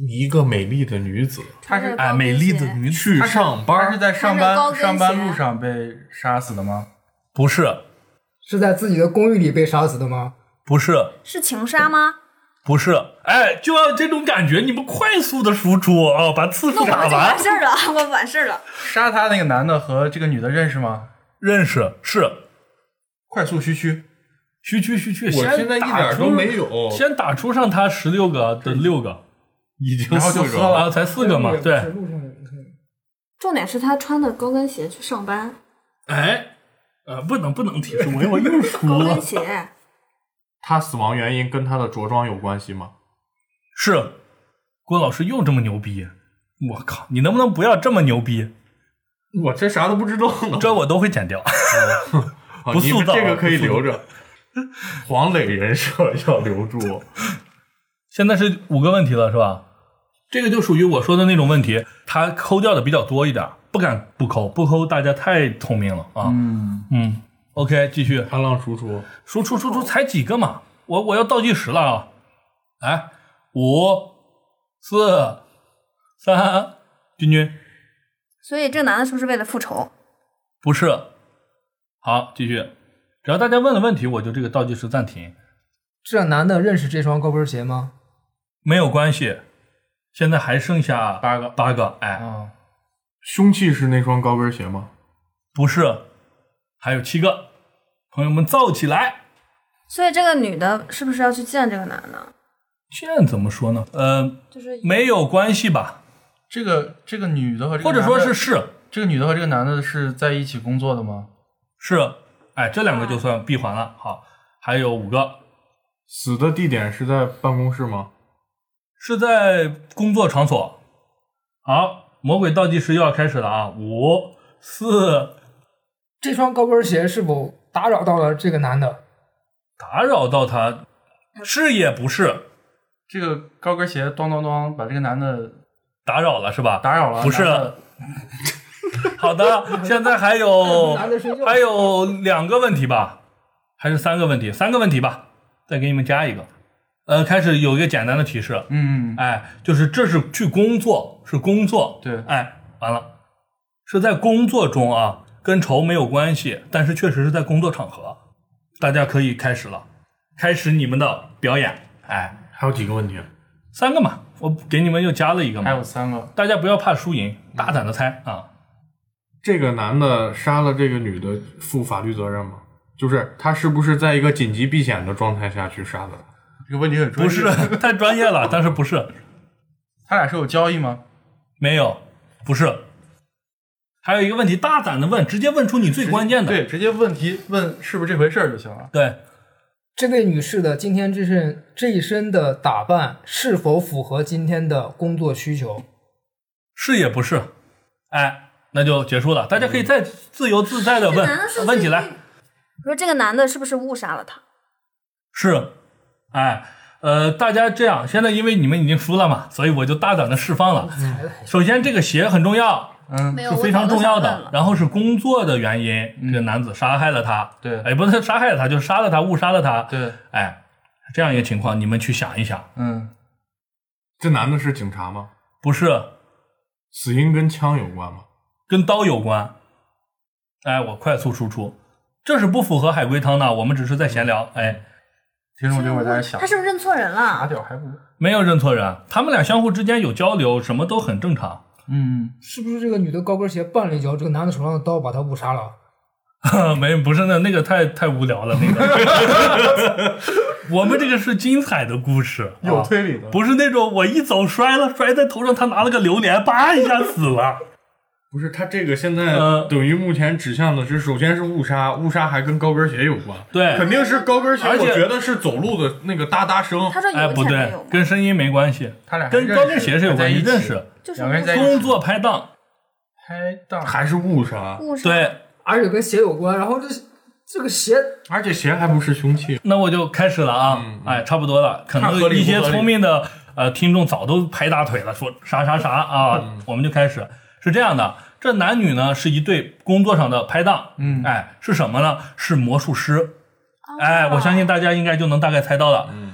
一个美丽的女子
他是
哎，美丽的女子
去上
他是
班，
在上
高
班
跟
上班
鞋
路上被杀死的吗？
不是
是在自己的公寓里被杀死的吗？
不是
是情 杀吗？
不是，哎，就要这种感觉，你们快速的输出啊、把次
那
数
我
打
们就
完
完。事儿了， 我完事儿了。
杀他那个男的和这个女的认识吗？
认识是
快速嘘嘘，
虚去虚去，
我
先
现在一
打
点儿都
出
没有，
先打出上他十六个的六个
已经
然后
四
就
个
喝了
了。
啊，才四个嘛，对，
哎路上有人看见
重点是他穿的高跟鞋去上班，
哎，呃，不能不能提示我，我又输
高跟
了，
鞋
他死亡原因跟他的着装有关系吗？
是郭老师又这么牛逼，我靠，你能不能不要这么牛逼？
我这啥都不知道呢。
这我都会剪掉。
好
不
你
塑
们
造
这
啊
个可以
不塑
留着。黄磊人设要留住，
现在是五个问题了，是吧？这个就属于我说的那种问题，他抠掉的比较多一点，不敢不抠，不抠大家太聪明了啊。
嗯，
嗯，OK，继续。
潘浪叔叔，
输出输出才几个嘛？我我要倒计时了啊！来，五、四、三，君君
所以这男的是不是为了复仇？
不是。好，继续。只要大家问了问题，我就这个倒计时暂停，
这男的认识这双高跟鞋吗？
没有关系。现在还剩下
八个
八个，哎，
啊，
凶器是那双高跟鞋吗？
不是，还有七个，朋友们造起来！
所以这个女的是不是要去见这个男的？
见怎么说呢？呃，
就是
没有关系吧，
这个这个女的和这个
或者
男
说
的
是是
这个女的和这个男的是在一起工作的吗？
是，哎，这两个就算闭环了。好，还有五个，
死的地点是在办公室吗？
是在工作场所。好，魔鬼倒计时又要开始了啊！五、四，
这双高跟鞋是否打扰到了这个男的？
打扰到他，是也不是？
这个高跟鞋咚咚咚把这个男的
打扰了是吧？
打扰了，
不是
男的
好的，现在还有
男的睡觉
还有两个问题吧，还是三个问题？三个问题吧，再给你们加一个。呃，开始有一个简单的提示，
嗯，
哎，就是这是去工作，是工作，
对
哎，完了，是在工作中啊，跟仇没有关系，但是确实是在工作场合，大家可以开始了，开始你们的表演，哎，
还有几个问题？啊
三个嘛，我给你们又加了一个
还有
嘛，
三个，
大家不要怕输赢，大胆的猜啊，
这个男的杀了这个女的，负法律责任吗？就是他是不是在一个紧急避险的状态下去杀的她？
这个问题很专
不
业
是 太专业了，但是不是，
他俩是有交易吗？
没有，不是，还有一个问题，大胆的问，直接问出你最关键的，
对，直接问题问是不是这回事儿就行了。
对，
这位女士的今天这身这一身的打扮是否符合今天的工作需求？
是也不是，哎，那就结束了。大家可以再自由自在的问、
这男的是
问起来，
说这个男的是不是误杀了他？
是，哎，呃，大家这样，现在因为你们已经输了嘛，所以我就大胆的释放了。首先，这个鞋很重要，
嗯，
没
是非常重要的。。然后是工作的原因，
嗯
这个男子杀害了他，
对
哎，不是杀害了他，就是杀了他，误杀了他，
对，
哎，这样一个情况，你们去想一想，
嗯，
这男的是警察吗？
不是
死因跟枪有关吗？
跟刀有关。哎，我快速输出，这是不符合海龟汤的，我们只是在闲聊，哎。
听众这会儿在这想
他，是不是认错人
打
了？
屌还不如，
没有认错人，他们俩相互之间有交流，什么都很正常。
嗯，
是不是这个女的高跟鞋绊了一跤，这个男的手上的刀把她误杀了？
没，不是那那个太太无聊了，那个。 我们这个是精彩的故事，
哦
啊
有推理的，
不是那种我一走摔了，摔在头上，他拿了个榴莲，叭一下死了。
不是，他这个现在
呃
等于目前指向的是，首先是误杀，误杀还跟高跟鞋有关，
对
肯定是高跟鞋，
而
我
且
觉得是走路的那个哒哒声
他，说
哎，
有
不
钱没
对
有，吗？
跟声音没关系，
他俩
跟高跟鞋是有关系，认
认
识，
就是
两个人在一起
工作拍档，
拍档，
还是误杀，
故事，
对。
而且跟鞋有关，然后这这个鞋
而且鞋还不是凶器，
那我就开始了啊，哎，差不多了，可
嗯看合
能
理
一些
不合理
聪明的呃听众早都拍大腿了，说啥啥啥啊，
嗯
我们就开始。是这样的，这男女呢是一对工作上的拍档，嗯，哎，是什么呢？是魔术师，
哦
哎，我相信大家应该就能大概猜到了，嗯，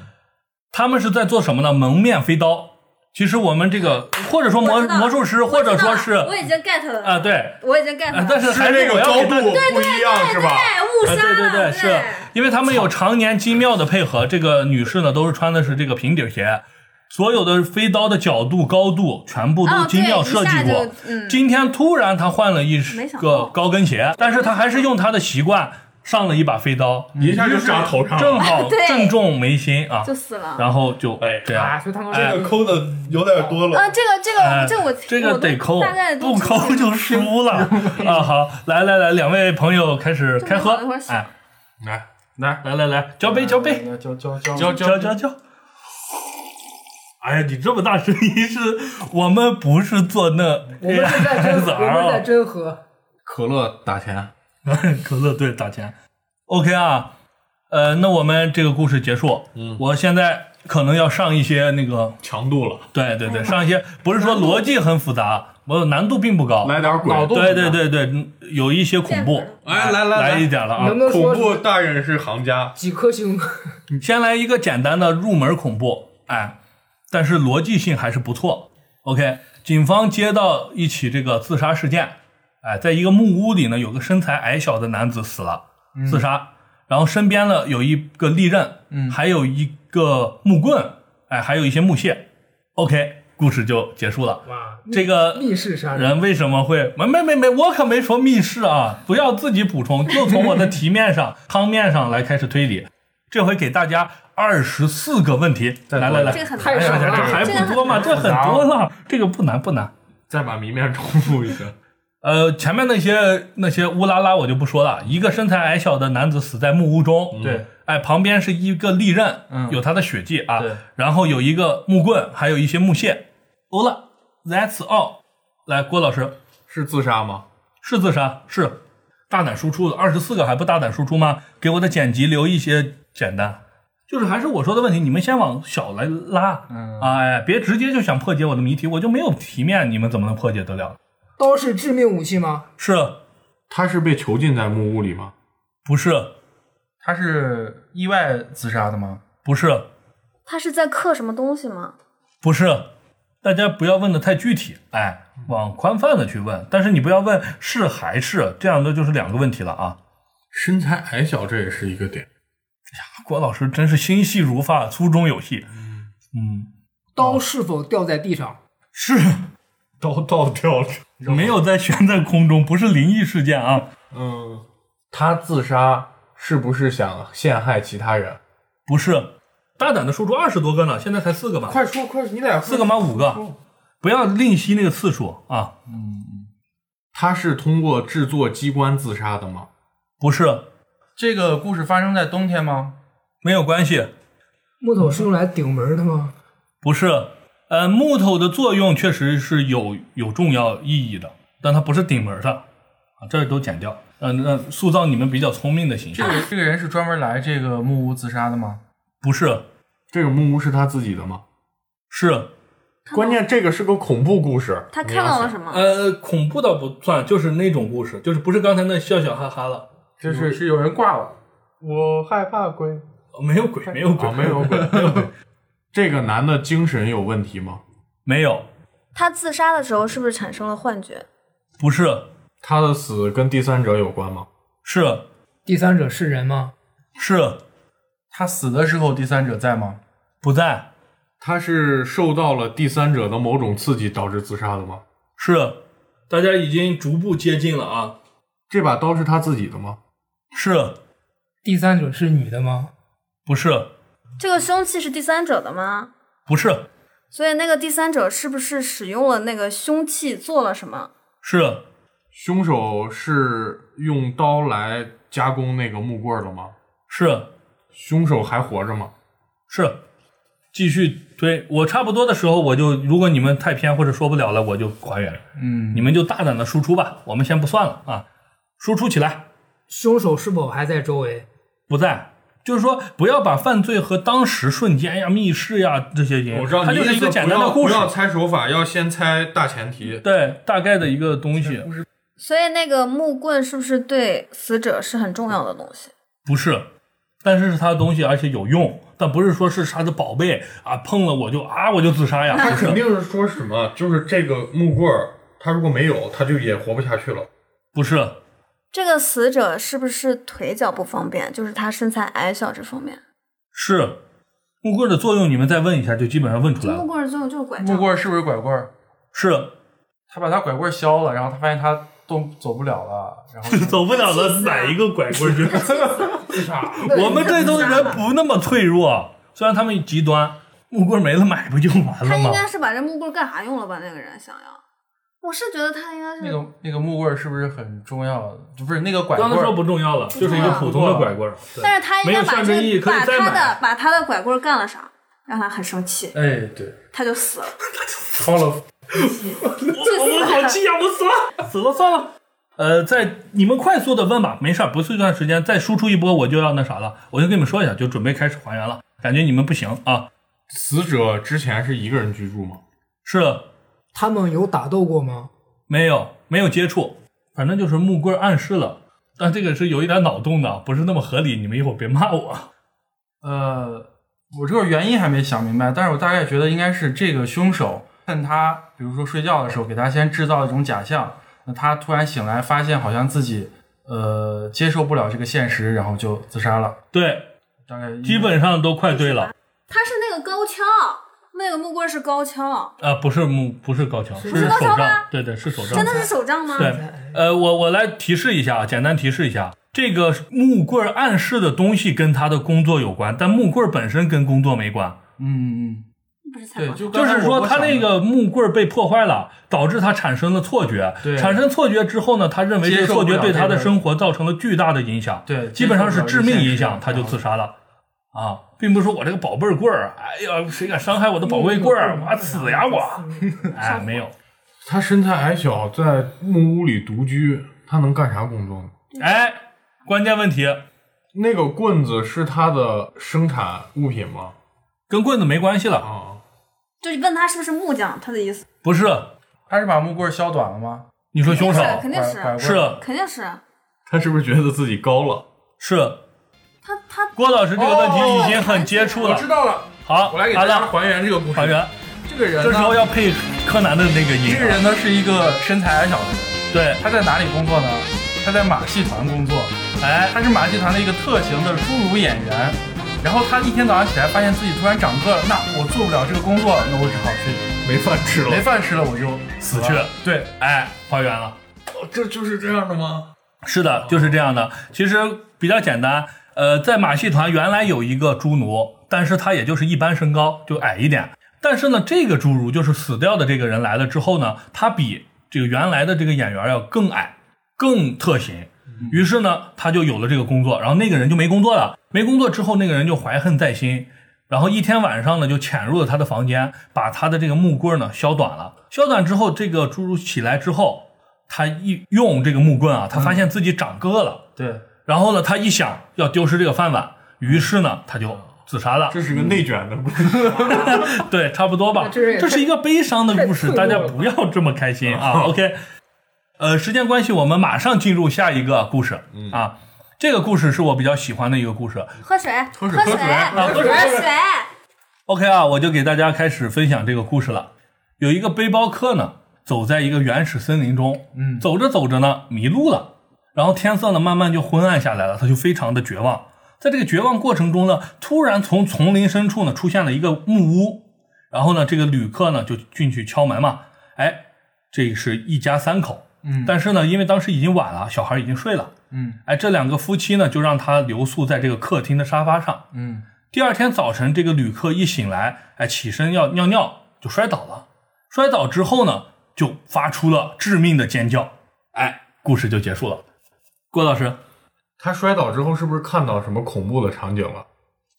他们是在做什么呢？蒙面飞刀。其实我们这个，或者说魔
我知道
魔术师，
我
或
知道
者说
了
是
我已经 get 了
啊，，对，
我已经 get
啊
了，，
但是还
是那
是
个
我要
高
给大
度不一样是吧？
哎，误
啊，
杀
对对
了，
对，是因为他们有常年精妙的配合。这个女士呢，都是穿的是这个平底鞋，所有的飞刀的角度、高度全部都
哦
精妙设计
对一
过。
下就嗯
今天突然她换了一
没想
个
到
高跟鞋，但是她还是用她的习惯上了一把飞刀，
一下就扎头上
正
了。
好
对
正中眉心啊
就，死了。
然后就哎这样
啊，。所以他们
哎
说
这个抠的有点多了
啊，。这个这
哎
个这我
这个
我都
得抠
大概，都
不
知道
抠就输了 啊！好，来来来，两位朋友开始开喝
这么好一会儿，洗
哎，
来，
来来来来，交杯交杯，
来，交交交
教
叫
教
叫叫！哎呀，你这么大声音是，我们不是做那
我们是在
AIS
真，我们是在
啊，
真喝，
可乐打钱，
可乐对打钱。OK 啊，呃，那我们这个故事结束。嗯，我现在可能要上一些那个，
强度了，
对对对，上一些不是说逻辑很复杂，我难度并不高。
来点鬼，
脑洞
对对对对，嗯有一些恐怖。
哎来来
来
来
一点了啊
能！不能
恐
说
怖大人是行家，
几颗星？
先来一个简单的入门恐怖，哎，但是逻辑性还是不错。OK，警方接到一起这个自杀事件，哎，在一个木屋里呢，有个身材矮小的男子死了，自杀，然后身边呢有一个利刃，嗯，还有一个木棍，哎，还有一些木屑。OK，故事就结束了。
哇，
这个
密室杀人，
人为什么会没没没没，我可没说密室啊！不要自己补充，就从我的题面上、汤面上来开始推理。这回给大家二十四个问题，来来来，
这个很
太
难，
哎呀
少
这
了，
还不多吗？这很多了，这个不难不难。
再把谜面重复一下。
呃，前面那些那些乌拉拉我就不说了。一个身材矮小的男子死在木屋中，
对，
哎，旁边是一个利刃，
嗯
有他的血迹啊
对，
然后有一个木棍，还有一些木屑。好了，That's all。来，郭老师，
是自杀吗？
是自杀，是大胆输出的，二十四个还不大胆输出吗？给我的剪辑留一些简单，就是还是我说的问题，你们先往小来拉，
嗯
哎，别直接就想破解我的谜题，我就没有题面，你们怎么能破解得了？
刀是致命武器吗？
是
他是被囚禁在木屋里吗？
不是？
他是意外自杀的吗？
不是，
他是在刻什么东西吗？
不是，大家不要问的太具体，哎，往宽泛的去问，但是你不要问是还是，这样的就是两个问题了啊。
身材矮小，这也是一个点。
郭老师真是心细如发，粗中有细，嗯，
刀是否掉在地上？
是。
刀倒掉了。
没有在悬在空中，不是灵异事件啊，
嗯，他自杀是不是想陷害其他人？
不是。大胆的说出二十多个呢，现在才四个吧？
快说快说，你俩
四个吗？五个？不要吝惜那个次数啊！
他是通过制作机关自杀的吗？
不是，
这个故事发生在冬天吗？
没有关系，
木头是用来顶门的吗？
不是。呃，木头的作用确实是有有重要意义的，但它不是顶门的啊，这都剪掉。嗯、呃，那塑造你们比较聪明的形
这
象，
个这个人是专门来这个木屋自杀的吗？
不是，
这个木屋是他自己的吗？
是
关键这个是个恐怖故事。
他看到了
么？
什么？
呃，恐怖倒不算，就是那种故事，就是不是刚才那笑笑哈哈了，
就是是有人挂了，
我害怕鬼。
呃没有鬼，没有鬼，
啊，没有鬼，没有鬼。 这个男的精神有问题吗？
没有，
他自杀的时候是不是产生了幻觉？
不是，
他的死跟第三者有关吗？
是
第三者是人吗？
是
他死的时候第三者在吗？
不在，
他是受到了第三者的某种刺激导致自杀的吗？
是大家已经逐步接近了啊。
这把刀是他自己的吗？
是
第三者是女的吗？
不是？
这个凶器是第三者的吗？
不是，
所以那个第三者是不是使用了那个凶器做了什么？
是
凶手是用刀来加工那个木棍儿的吗？
是
凶手还活着吗？
是，继续推。我差不多的时候，我就如果你们太偏或者说不了了，我就还原。
嗯
你们就大胆的输出吧，我们先不算了啊，输出起来，
凶手是否还在周围？
不在。就是说，不要把犯罪和当时瞬间呀、密室呀这些因
我知道
它
你
就是
意
一
思
个简单
不
的
要
故事
不，要猜手法，要先猜大前提。
对，大概的一个东西。
所以那个木棍是不是对死者是很重要的东西？
不是，但是是他的东西，而且有用，但不是说是他的宝贝啊，碰了我就啊我就自杀呀， 不
他 肯
是，
定是说什么，就是这个木棍儿，他如果没有，他就也活不下去了。
不是，
这个死者是不是腿脚不方便？就是他身材矮小这方面。
是木棍的作用，你们再问一下，就基本上问出
这
来
木
了。
棍儿作用就是拐
木
杖。
棍儿是不是拐棍儿？
是
他把他拐棍儿削了，然后他发现他动走不了了，然后 就
走不了了，哪一个拐棍儿？
自杀。
我们啊这头的人不那么脆弱，虽然他们极端，木棍没了买不就完
他
了
应
吗？
该是把这木棍儿干啥用了吧？那个人想要，我是觉得他应该是
那个那个木棍儿是不是很重要？就不是那个拐棍
刚才说
儿，
不重要了，就是一个普通的拐棍儿。对
但是他应该把
没有象征意义
这
可以
把
再
他
买
的把他的拐棍儿干了啥，让他很生气，
哎，对，
他就死了。
超了。
我我好气呀、我死了， 死了算了。呃，在你们快速的问吧，没事儿，不是一段时间，再输出一波我就要那啥了，我就跟你们说一下，就准备开始还原了。感觉你们不行啊，
死者之前是一个人居住吗？
是
他们有打斗过吗？
没有没有接触，反正就是木棍暗示了，但这个是有一点脑洞的，啊不是那么合理，你们一会儿别骂我。
呃，我这个原因还没想明白，但是我大概觉得应该是这个凶手趁他比如说睡觉的时候，给他先制造一种假象，那他突然醒来发现好像自己呃接受不了这个现实，然后就自杀了。
对，
大概
基本上都快对了
他是那个高跷，那个木棍儿是高跷，
啊，不是木不是高跷，是
高跷
手杖
吗，
对对是手杖
真，的是手杖吗？
对，呃，我我来提示一下，啊，简单提示一下，这个木棍儿暗示的东西跟他的工作有关，但木棍儿本身跟工作没关。
嗯嗯，
不是才
对，
高
就
就是说，他那
那
个木棍儿被破坏了，导致他产生了错觉。
对
产生错觉之后呢，他认为这个错觉对他的生活造成了巨大的影响。
对
基本上是致命影
接受不
响
了，
他就自杀了。啊，并不是说我这个宝贝儿棍儿，哎呀，谁敢伤害我的宝贝棍
嗯
儿，我死呀我！哎，没有，
他身材矮小，在木屋里独居，他能干啥工作呢？
哎，关键问题
那个棍子是他的生产物品吗？
跟棍子没关系了，
啊，
就问他是不是木匠，他的意思
不是？
他是把木棍儿削短了吗？
你说凶手
肯定是
拐拐棍儿
是
肯定是
他是不是觉得自己高了？
是
他他
郭老师这个问题已经很接触了。
哦道了，
好，
我来给
好
大家
了，
还原这个故事。
还原。
这个人呢，
这时候要配柯南的那个音
这个
啊。
人呢是一个身材矮小的人，
对，
他在哪里工作呢？他在马戏团工作，
哎，
他是马戏团的一个特型的侏儒演员。然后他一天早上起来，发现自己突然长个了，那我做不了这个工作，那我只好去
没饭吃
没。饭吃了，我就
死
死
去
了。对，
哎，还原了。
哦
这就是这样的吗？
是的，就是这样的。其实比较简单，呃，在马戏团原来有一个侏奴，但是他也就是一般身高，就矮一点。但是呢，这个侏儒就是死掉的这个人来了之后呢，他比这个原来的这个演员要更矮，更特型。于是呢，他就有了这个工作，然后那个人就没工作了。没工作之后，那个人就怀恨在心，然后一天晚上呢，就潜入了他的房间，把他的这个木棍呢削短了。削短之后，这个侏儒起来之后，他一用这个木棍啊，他发现自己长个了。
对，
然后呢，他一想要丢失这个饭碗，于是呢，他就自杀了。
这是个内卷的故事。
对，差不多吧。
这人也
这是一个悲伤的故事，
太
大
脆
家
弱了
不要这么开心啊。OK，呃，时间关系，我们马上进入下一个故事啊。这个故事是我比较喜欢的一个故事。
喝水，喝
水
水，
喝水啊
喝水
喝水，
OK 啊，我就给大家开始分享这个故事了。有一个背包客呢，走在一个原始森林中，嗯，走着走着呢迷路了，然后天色呢慢慢就昏暗下来了，他就非常的绝望。在这个绝望过程中呢，突然从丛林深处呢出现了一个木屋，然后呢这个旅客呢就进去敲门嘛，哎，这是一家三口，
嗯
但是呢，因为当时已经晚了，小孩已经睡了，
嗯
哎，这两个夫妻呢就让他留宿在这个客厅的沙发上。
嗯
第二天早晨，这个旅客一醒来，哎，起身要尿尿就摔倒了，摔倒之后呢，就发出了致命的尖叫，哎，故事就结束了。郭老师
他摔倒之后是不是看到什么恐怖的场景了？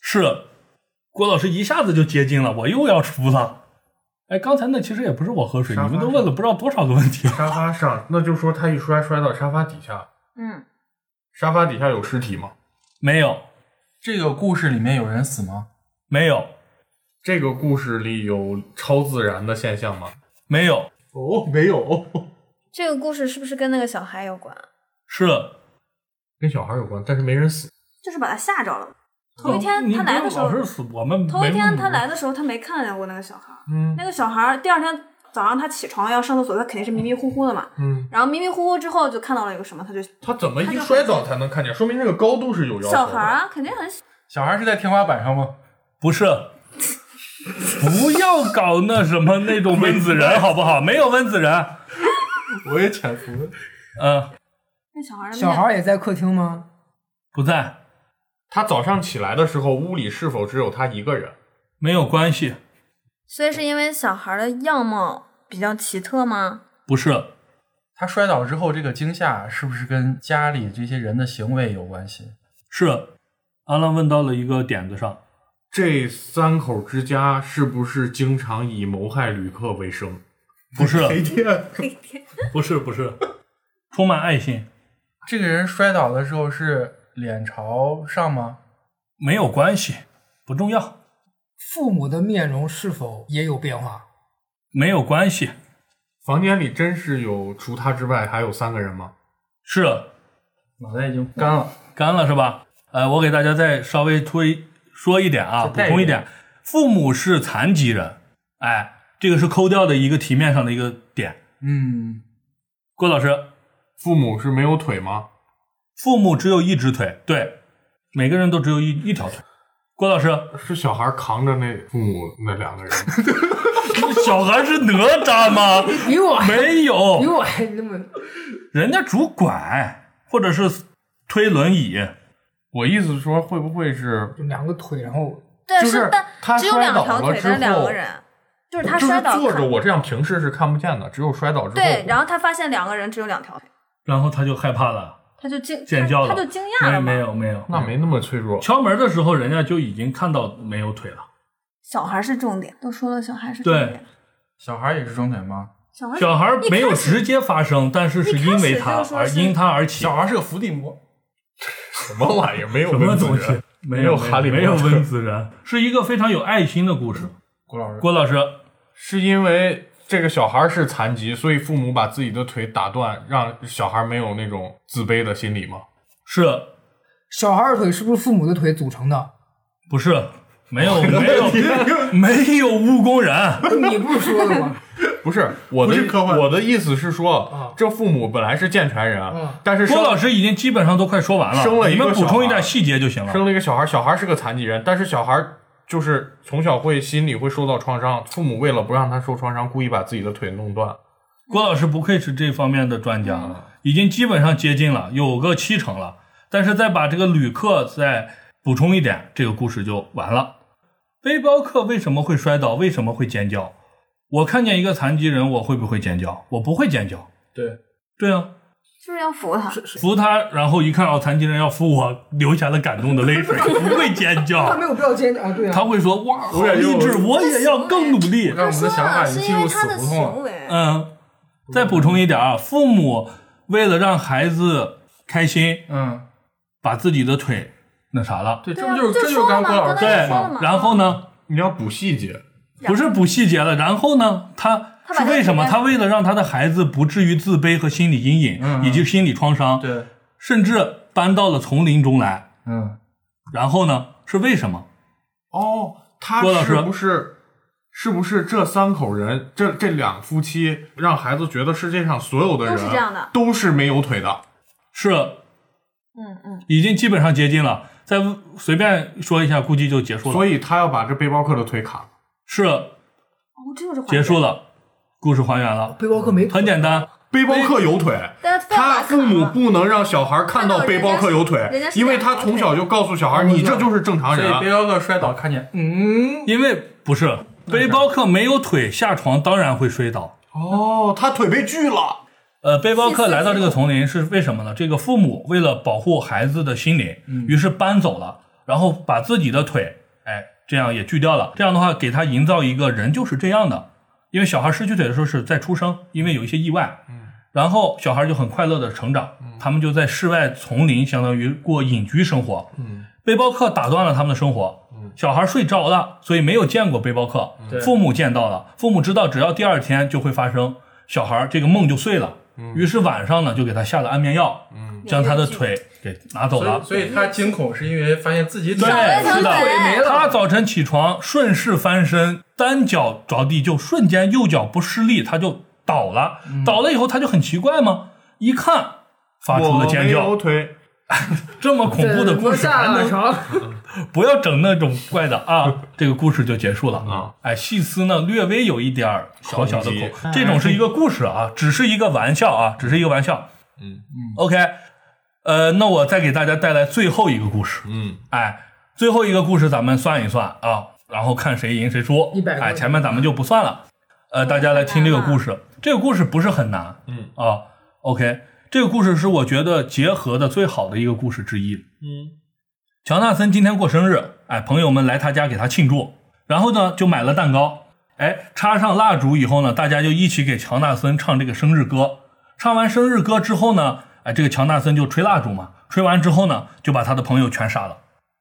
是郭老师一下子就接近了，我又要输了。哎，刚才那其实也不是我喝水，
沙发
你们都问了不知道多少个问题了。
沙发上，那就说他一摔摔到沙发底下，
嗯，
沙发底下有尸体吗？
没有，
这个故事里面有人死吗？
没有，
这个故事里有超自然的现象吗？
没有，
哦，没有，
这个故事是不是跟那个小孩有关？
是
跟小孩有关，但是没人死。
就是把他吓着了。头一天
你
他
不
来
要
的时
老
候，
是死我们
头一
没
天他来的时候，他没看见过那个小孩儿。
嗯
那个小孩儿第二天早上他起床要上厕所，他肯定是迷迷糊糊的嘛。
嗯，
然后迷迷糊糊之后就看到了一个什么，他就
他怎么一摔倒才能看见？说明这个高度是有要求的。
小孩儿啊，肯定很小
小孩是在天花板上吗？
不是，不要搞那什么那种温子仁好不好？没有温子仁，
我也潜伏了。
嗯、
那小孩儿 的
小
面
孩儿也在客厅吗？
不在，
他早上起来的时候，屋里是否只有他一个人？
没有关系，
所以是因为小孩儿的样貌比较奇特 吗？
不是，
他摔倒之后，这个惊吓是不是跟家里这些人的行为有关系？
是阿浪问到了一个点子上，
这三口之家是不是经常以谋害旅客为生？
不是，
雷电，
不是，不是，充满爱心，
这个人摔倒的时候是脸朝上吗？
没有关系，不重要，
父母的面容是否也有变化？
没有关系，
房间里真是有除他之外还有三个人吗？
是
脑袋已经干了。
干了是吧？呃，我给大家再稍微推说一点啊，
再
补
带一
充一
点
点，父母是残疾人，哎，这个是抠掉的一个题面上的一个点。
嗯，
郭老师，
父母是没有腿吗？
父母只有一只腿，对，每个人都只有一一条腿。郭老师，
是小孩扛着那父母那两个人，
小孩是哪吒 吗？
比我还
没
比
有，
我还那么
人家拄拐或者是推轮椅，
我意思是说，会不会是
就两个腿，然后
对，
就是
是但
他
只有
摔
两
倒
条
了
腿
之
的两
后
个人，就是他
就是
摔倒
坐
看
着，我这样平视是看不见的，只有摔倒之后。
对，然后他发现两个人只有两条腿，
然后他就害怕了，
他就惊
尖叫
他
了，
他就惊讶了嘛
没没有没有，
那没那么脆弱。
敲门的时候人家就已经看到没有腿了，
小孩是重点，都说了小孩是重
对
点，
小孩也是中腿吗？
小孩
小孩
一
没有
开始
直接发生，但是是因为
一开
他
始就说
而
是
因他而起
小。孩是个伏地魔。
什么玩意儿？没有
什么
温子
东
仁
西？
没有哈利波
没
特
有温子仁，是一个非常有爱心的故事。
郭老师，
郭老师，
是因为这个小孩是残疾，所以父母把自己的腿打断，让小孩没有那种自卑的心理吗？
是
小孩儿的腿是不是父母的腿组成的？
不是没 有没有没有务工人？
你不是说 的吗？
不是啊我的
不是科幻
我的意思是说，这父母本来是健全人，啊但是生
郭老师已经基本上都快说完了，
生了一
你
个
们补充一
小孩
点细节就行了。
生了一个小孩，小孩是个残疾人，但是小孩就是从小会心理会受到创伤，父母为了不让他受创伤，故意把自己的腿弄断。
郭老师不愧是这方面的专家，啊
嗯
已经基本上接近了，有个七成了。但是再把这个旅客再补充一点，这个故事就完了。背包客为什么会摔倒？为什么会尖叫？我看见一个残疾人，我会不会尖叫？我不会尖叫。
对，
对啊，
就是要扶他，
扶他，然后一看哦，残疾人要扶我，流下了感动的泪 水，不会尖
他
叫
没，有必要尖啊，对啊，
他会说哇，好
我也有
励志，我也要更努力。
让我们的想法已经
是
进
因为
入死
他的
胡同
行
了。
为，
嗯，再补充一点啊，父母为了让孩子开心，
嗯，
把自己的腿那啥了，
对，这
对啊
不就是
就
这就
说
是
了
刚
嘛
郭老师
刚才
对
说
说
的
了嗯
吗
嘛？
然后呢，
你要补细节，
不是补细节了，然后呢，他
他把
是
他
为什么？
推开
他为了让他的孩子不至于自卑和心理阴影
嗯
以及心理创伤，
对，
甚至搬到了丛林中来。
嗯，
然后呢，是为什么？
哦，他
郭老师
是不是是不是这三口人，这这两夫妻让孩子觉得世界上所有的人
都是这样的
都是没有腿的？
是
嗯嗯，
已经基本上接近了，再随便说一下，估计就结束了。
所以他要把这背包客的腿砍了。
是
哦，这就是
结束了，故事还原了，
背包客没腿
很简单。
背包客有腿，
但非要打
他
卡
父母不能让小孩看到背包客有腿
人家，是
因为他从小就告诉小孩，你这就是正常
所
人
以
啊
背。包客摔倒看见，嗯，
因为不是背包客没有腿下床当然会摔倒。
哦，他腿被锯了，
呃，背包客来到这个丛林是为什么呢？这个父母为了保护孩子的心灵，于是搬走了，然后把自己的腿，哎，这样也锯掉了。这样的话，给他营造一个人就是这样的，因为小孩失去腿的时候是在出生，因为有一些意外，然后小孩就很快乐的成长，
嗯
他们就在室外丛林，相当于过隐居生活。
嗯
背包客打断了他们的生活。小孩睡着了，所以没有见过背包客。
嗯
父母见到了，父母知道只要第二天就会发生，小孩这个梦就碎了。
嗯
于是晚上呢，就给他下了安眠药，将他的腿给拿走
所以
了。
所以他惊恐是因为发现自己
对
少了一条
是的
腿没了
他早晨起床，顺势翻身，单脚着地，就瞬间右脚不施力，他就倒了。
嗯
倒了以后，他就很奇怪嘛，一看发出
我
了尖
没有
叫。
腿，
这么恐怖的故事还
下
能
了床，
不要整那种怪的啊！这个故事就结束了
啊。
哎，细思呢略微有一点儿小小的
恐惧
恐，这种是一个故事啊，只是一个玩笑啊，只是一个玩笑。
嗯
嗯，OK，呃，那我再给大家带来最后一个故事。
嗯，
哎，最后一个故事咱们算一算啊，然后看谁赢谁输。
100个
哎，前面咱们就不算了。呃，大家来听这个故事，这个故事不是很难。
嗯
啊，OK，这个故事是我觉得结合的最好的一个故事之一。
嗯，
乔纳森今天过生日，哎，朋友们来他家给他庆祝，然后呢就买了蛋糕，哎，插上蜡烛以后呢，大家就一起给乔纳森唱这个生日歌。唱完生日歌之后呢，哎，这个乔纳森就吹蜡烛嘛，吹完之后呢，就把他的朋友全杀了。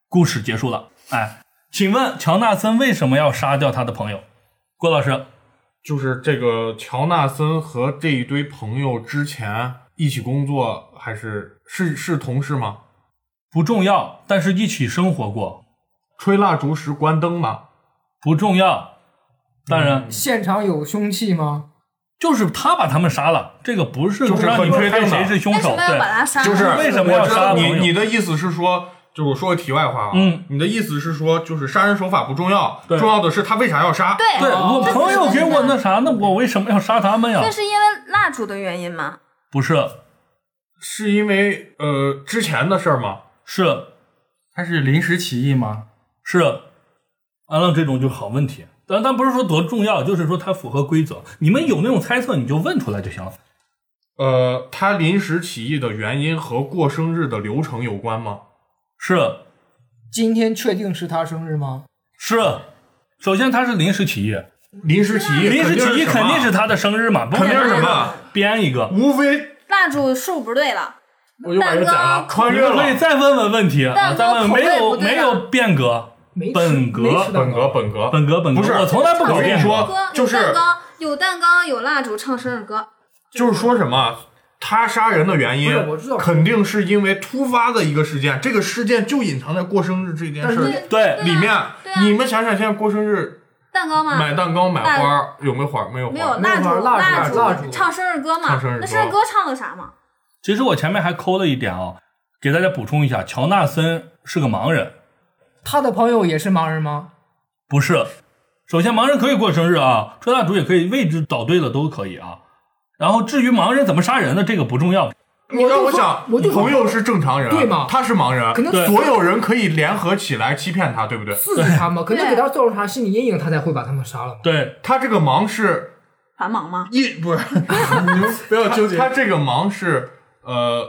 故事结束了，哎，请问乔纳森为什么要杀掉他的朋友？郭老师，
就是这个乔纳森和这一堆朋友之前一起工作，还是是是同事吗？
不重要，但是一起生活过，
吹蜡烛时关灯吗？
不重要，当然。
嗯
现场有凶器吗？
就是他把他们杀了，这个不是
就是
让你
很确定
猜
的
谁是凶
为什
手，
么要
对，
把他杀了？
就是
为什么要杀
我知道
朋友
你？你的意思是说，就是我说个题外话啊，
嗯，
你的意思是说，就是杀人手法不重要，
对
重要的是他为啥要杀？
对哦
对我朋友
这是什么
给
呢
我那啥，那我为什么要杀他们呀？
这是因为蜡烛的原因吗？
不是，
是因为呃之前的事儿吗？
是
他是临时起意吗？
是，安浪这种就好问题，但但不是说多重要，就是说它符合规则。你们有那种猜测，你就问出来就行了。
呃，他临时起意的原因和过生日的流程有关吗？
是
今天确定是他生日吗？
是，首先他是临时起意，
临时起意，
临时起意肯定是
他，
他的生日嘛，不
啊肯定是
可能
什么？啊
编一个。
无非
蜡烛数不对了，
我又把人
蛋
宰
糕
了，
穿
你
越
们可以
了
再问问问题啊，
蛋
再
糕
问
口味
没有
不对
没有变革，
没吃
本格
没吃到
本格本格
本格本格，
不是
我从来不搞
我跟
变
你
革。
说
歌
就
有
是
蛋糕，有蛋糕，有蜡烛，唱生日歌。
就是说什么？他杀人的原因
不是我知道
肯定是因为突发的一个事件，这个事件就隐藏在过生日这件事儿
对
对
里面。
对啊
你们想想，现在过生日
蛋糕嘛，
买蛋糕、买
蜡
花儿有没有花儿？没有
没
花
有
儿。
蜡烛，
蜡烛
烛，
蜡烛
唱生日歌嘛
唱生日歌。
那生日歌唱的啥嘛？
其实我前面还抠了一点啊、给大家补充一下，乔纳森是个盲人，
他的朋友也是盲人吗？
不是。首先，盲人可以过生日啊，吹蜡烛也可以，位置找对了都可以啊。然后，至于盲人怎么杀人的，这个不重要。
你让
我
我
就说
想，
我就说
朋友是正常人，
对嘛
他是盲人，
可能
对
所有人可以联合起来欺骗他，对不对？
刺激他吗？可能
对
给他造成啥心理阴影，他才会把他们杀了吗？
对，
他这个盲是
繁忙吗？
一不是，
不要纠结
他。这个盲是呃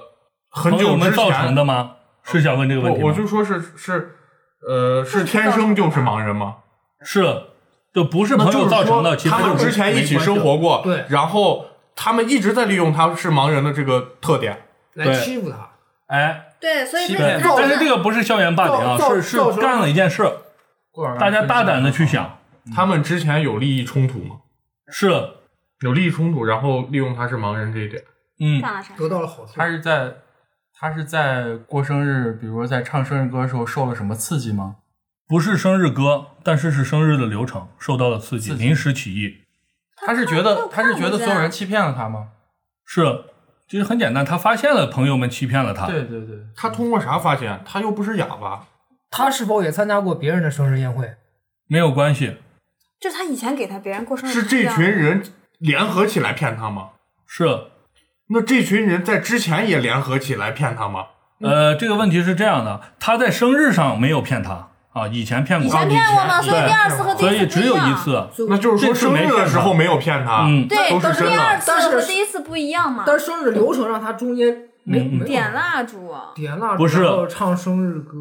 很
朋友
久
们
之
造成
前，
的吗？是想问这个
我
问题吗？
我就说是是呃是天生就是盲人吗？
是，就不是
那
朋
就
友
是
造成的，
说
其实
他们
就
之前一起生活过，
没关系对
然后他们一直在利用他是盲人的这个特点，
来
对
欺负他，
哎，
对，所以这
对
个，他
但是这个不是校园霸凌啊，
造
是
造
是
成
干了一件事，
过
啊
两天
大家大胆的去想，
他们之前有利益冲突吗？
是，
有利益冲突，然后利用他是盲人这一点，
嗯，
干了啥？
得到了好处。
他是在他是在过生日，比如说在唱生日歌的时候受了什么刺激吗？
不是生日歌，但是是生日的流程受到了刺激，临时起意，
他是觉得
他他
他是觉得所有人欺骗了他吗？
是，其实很简单，他发现了朋友们欺骗了
啊
他，
对对对，
他通过啥发现？他又不是哑巴，
他是否也参加过别人的生日宴会？
没有关系，
就是他以前给他别人过生日，
是这群人联合起来骗他吗？
是
那这群人在之前也联合起来骗他吗？
嗯
呃，这个问题是这样的，他在生日上没有骗他啊，以前骗
以
过，
前骗过嘛，所以第二次和第
所
一次不一
以
样。
只有一次。
那就是说生日的时候没有骗他，
嗯
对，
都
都
是真
第二
的。
次
但是
和第一次不一样嘛。
但是生日流程让他中间没
嗯嗯
没有
点蜡烛，
点蜡烛，
不是
然后唱生日歌，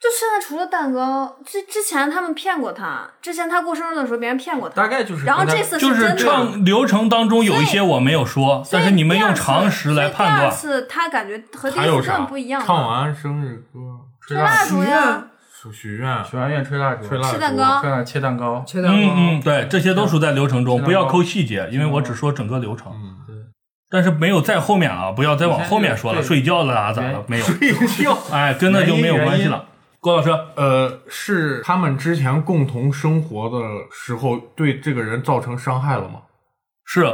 就现在除了蛋糕，之之前他们骗过他，之前他过生日的时候别人骗过他，
大概就是
然后
跟他
这次
就是是
真的。
唱流程当中有一些我没有说，
所
但
以
是你们用
第二次
常识来判断。
所以第二次他感觉和第
还
一次
有
根本
啥
不一？样。啊
唱完生日歌，
吹
蜡
蜡
烛呀，
许许愿，
许完愿吹蜡烛，
吹蜡烛
吃蛋糕
吹蜡切蛋糕，
切蛋糕，
嗯嗯，对，这些都属在流程中，
是的
不要抠细节，因为我只说整个流程。
嗯，
但是没有在后面啊，不要再往后面说了，
对
睡觉了啊，咋了
原？
没有，
票。
哎，跟那就没有关系
原
了。郭老师，
呃，是他们之前共同生活的时候对这个人造成伤害了吗？
是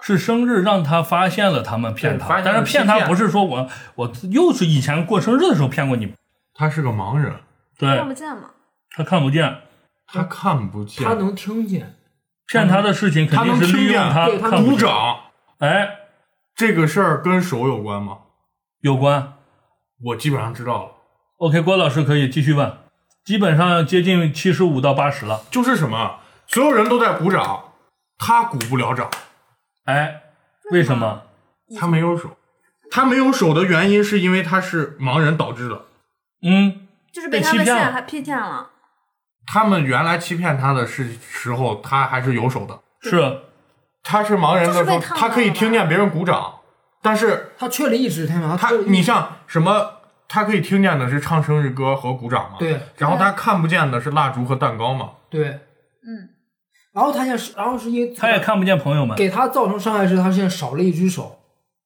是生日让他发现了他们骗
对发
他，
现了
但是骗
欺
他
骗
不是说我我又是以前过生日的时候骗过你，
他是个盲人，
对
看不见嘛。
他看不见，
他看不见，
他能听见，
骗他的事情肯
他能
定是利
听见
用他
对他
看
能
不
鼓
见。
掌。
哎，
这个事儿跟手有关吗？
有关。
我基本上知道了，
OK，郭老师可以继续问，基本上接近七十五到八十了。
就是什么，所有人都在鼓掌，他鼓不了掌，
哎，为什么？
他没有手。他没有手的原因是因为他是盲人导致的。
嗯，
就是
被
他
欺
们
骗
陷
了
害骗骗了，
他们原来欺骗他的是时候，他还是有手的。
是
他是盲人的时
就是
候，
被烫到
他可以
了
听见别人鼓掌，但是
他确立一指天堂，
他
确立
你像什么？他可以听见的是唱生日歌和鼓掌嘛？。
对
然后他看不见的是蜡烛和蛋糕嘛？
对，
嗯，
然后他现在是，然后是因为
他也看不见朋友们。
给他造成伤害是，他现在少了一只手，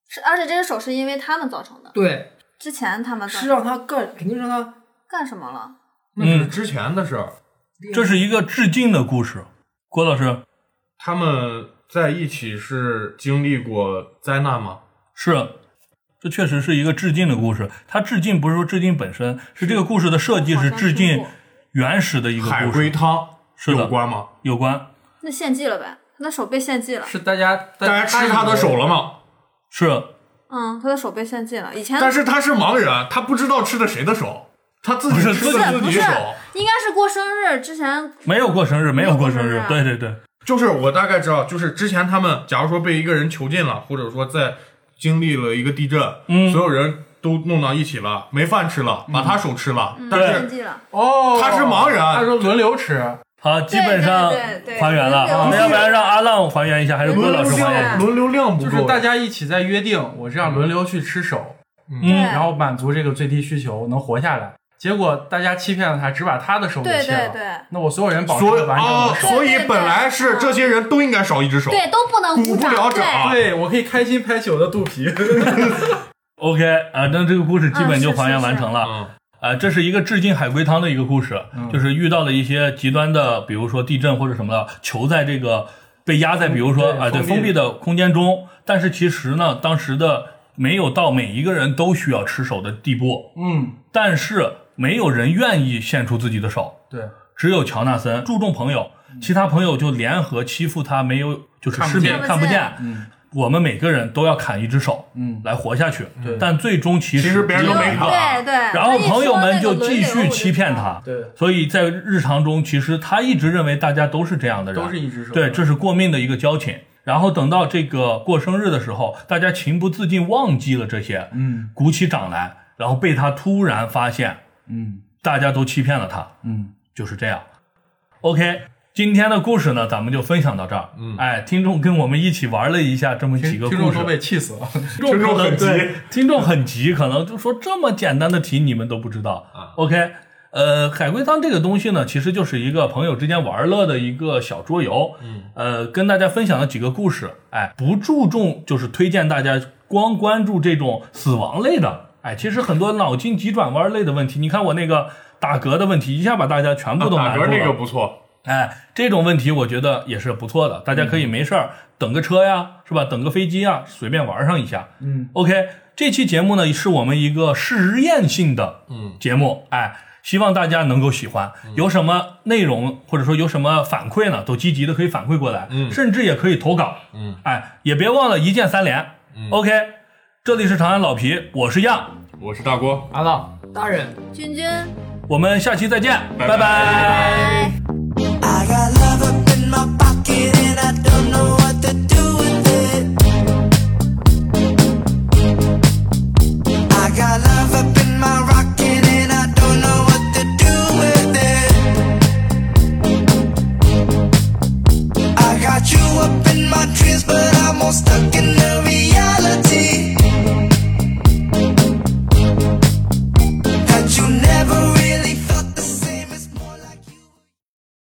是而且这个手是因为他们造成的，
对，
之前他们造
是啊让他干，肯定让他
干什么了？
那
嗯
是之前的事儿。
这是一
嗯
个致敬的故事，郭老师
他们在一起是经历过灾难吗？
是，这确实是一个致敬的故事。他致敬不是说致敬本身，是这个故事的设计
我好
是
像
致
听
敬
过
原始的一个
海
故
龟
事
汤
是的
有关吗？
有关。
那献祭了呗，他的手被献祭了。
是大家
大家吃他的手了吗？
是
嗯，他的手被献祭了。以前
但是他是盲人，他不知道吃的谁的手，他自己
不是
吃
不
的
是
自
不
己
是
手。，
应该是过生日之前，
没有过生日，没有过生
没
日
有。过生
对
日
对
啊
对，
就是我大概知道，就是之前他们假如说被一个人囚禁了，或者说在经历了一个地震，
嗯
所有人都弄到一起了，没饭吃了，把他手吃了，
嗯，
但
献
是
祭了。
哦，
他是盲人
他说轮流吃，
好，基本上
对对对对
还原了。
对对
啊
对
要不然让阿浪还原一下，还是郭
哎轮
老师
流
还原一
量
啊
下？
轮流量不
就
够，
是大家一起在约定，我这样轮流去吃手，
对
嗯，
然后满足这个最低需求，能活下来。结果大家欺骗了他，只把他的手给
对
切了。
对对
那我所有人保持
所以
了完整
啊，
的手，
所以本来是
对对对
这些人都应该少一只手，
对，都不能
鼓
鼓
不了
对，
掌。
对我可以开心拍起我的肚皮。
OK 啊，那这个故事基本
嗯
就是还原
是
完
是
成了。
嗯，
啊，这是一个致敬海龟汤的一个故事，就是遇到了一些极端的，比如说地震或者什么的，囚在这个被压在，比如说
对
啊，对，
封闭的
封闭的空间中。但是其实呢，当时的没有到每一个人都需要吃手的地步，
嗯，
但是没有人愿意献出自己的手，
对，
只有乔纳森注重朋友，其他朋友就联合欺负他，没有就是失明
看
看
不
不
见
见。我们每个人都要砍一只手，
嗯
来活下去。
对
但最终其实
其实别人
只
都
有
没
一
看
个
对对。
啊然后朋友们就
他一说那个
继
轮
续
流
欺骗。他。
对，
所以在日常中，其实他一直认为大家都是这样的人，
都是一只手。
对，这是过命的一个交情。然后等到这个过生日的时候，大家情不自禁忘记了这些，
嗯
鼓起掌来，然后被他突然发现，
嗯
大家都欺骗了他，
嗯，
就是这样。OK，今天的故事呢，咱们就分享到这儿。嗯，哎，听众跟我们一起玩了一下这么几
听
个
听
故
众
事
都，被气死了。
听可
众
能
很急
对，听 众很急，可能就说这么简单的题你们都不知道。OK，呃，海龟汤这个东西呢，其实就是一个朋友之间玩乐的一个小桌游。嗯，呃，跟大家分享了几个故事，哎，不注重就是推荐大家光关注这种死亡类的，哎，其实很多脑筋急转弯类的问题，你看我那个打嗝的问题，一下把大家全部都
啊打
难住
嗝
了。
那个不错，
哎，这种问题我觉得也是不错的，大家可以没事儿等个车呀，是吧？等个飞机呀，随便玩上一下。
嗯
，OK，这期节目呢是我们一个试验性的
嗯
节目，哎，希望大家能够喜欢。有什么内容或者说有什么反馈呢，都积极的可以反馈过来，
嗯
甚至也可以投稿。
嗯，
哎，也别忘了一键三连。 OK，这里是长安老皮，我是亚，
我是大郭，
阿浪，大人。
君君，
我们下期再见，拜拜
拜。
I got love up in my pocket and I don't know what to do with it. I got love up in my rocket and I don't know what to do with it. I got you up in my dreams, but I'm all stuck in the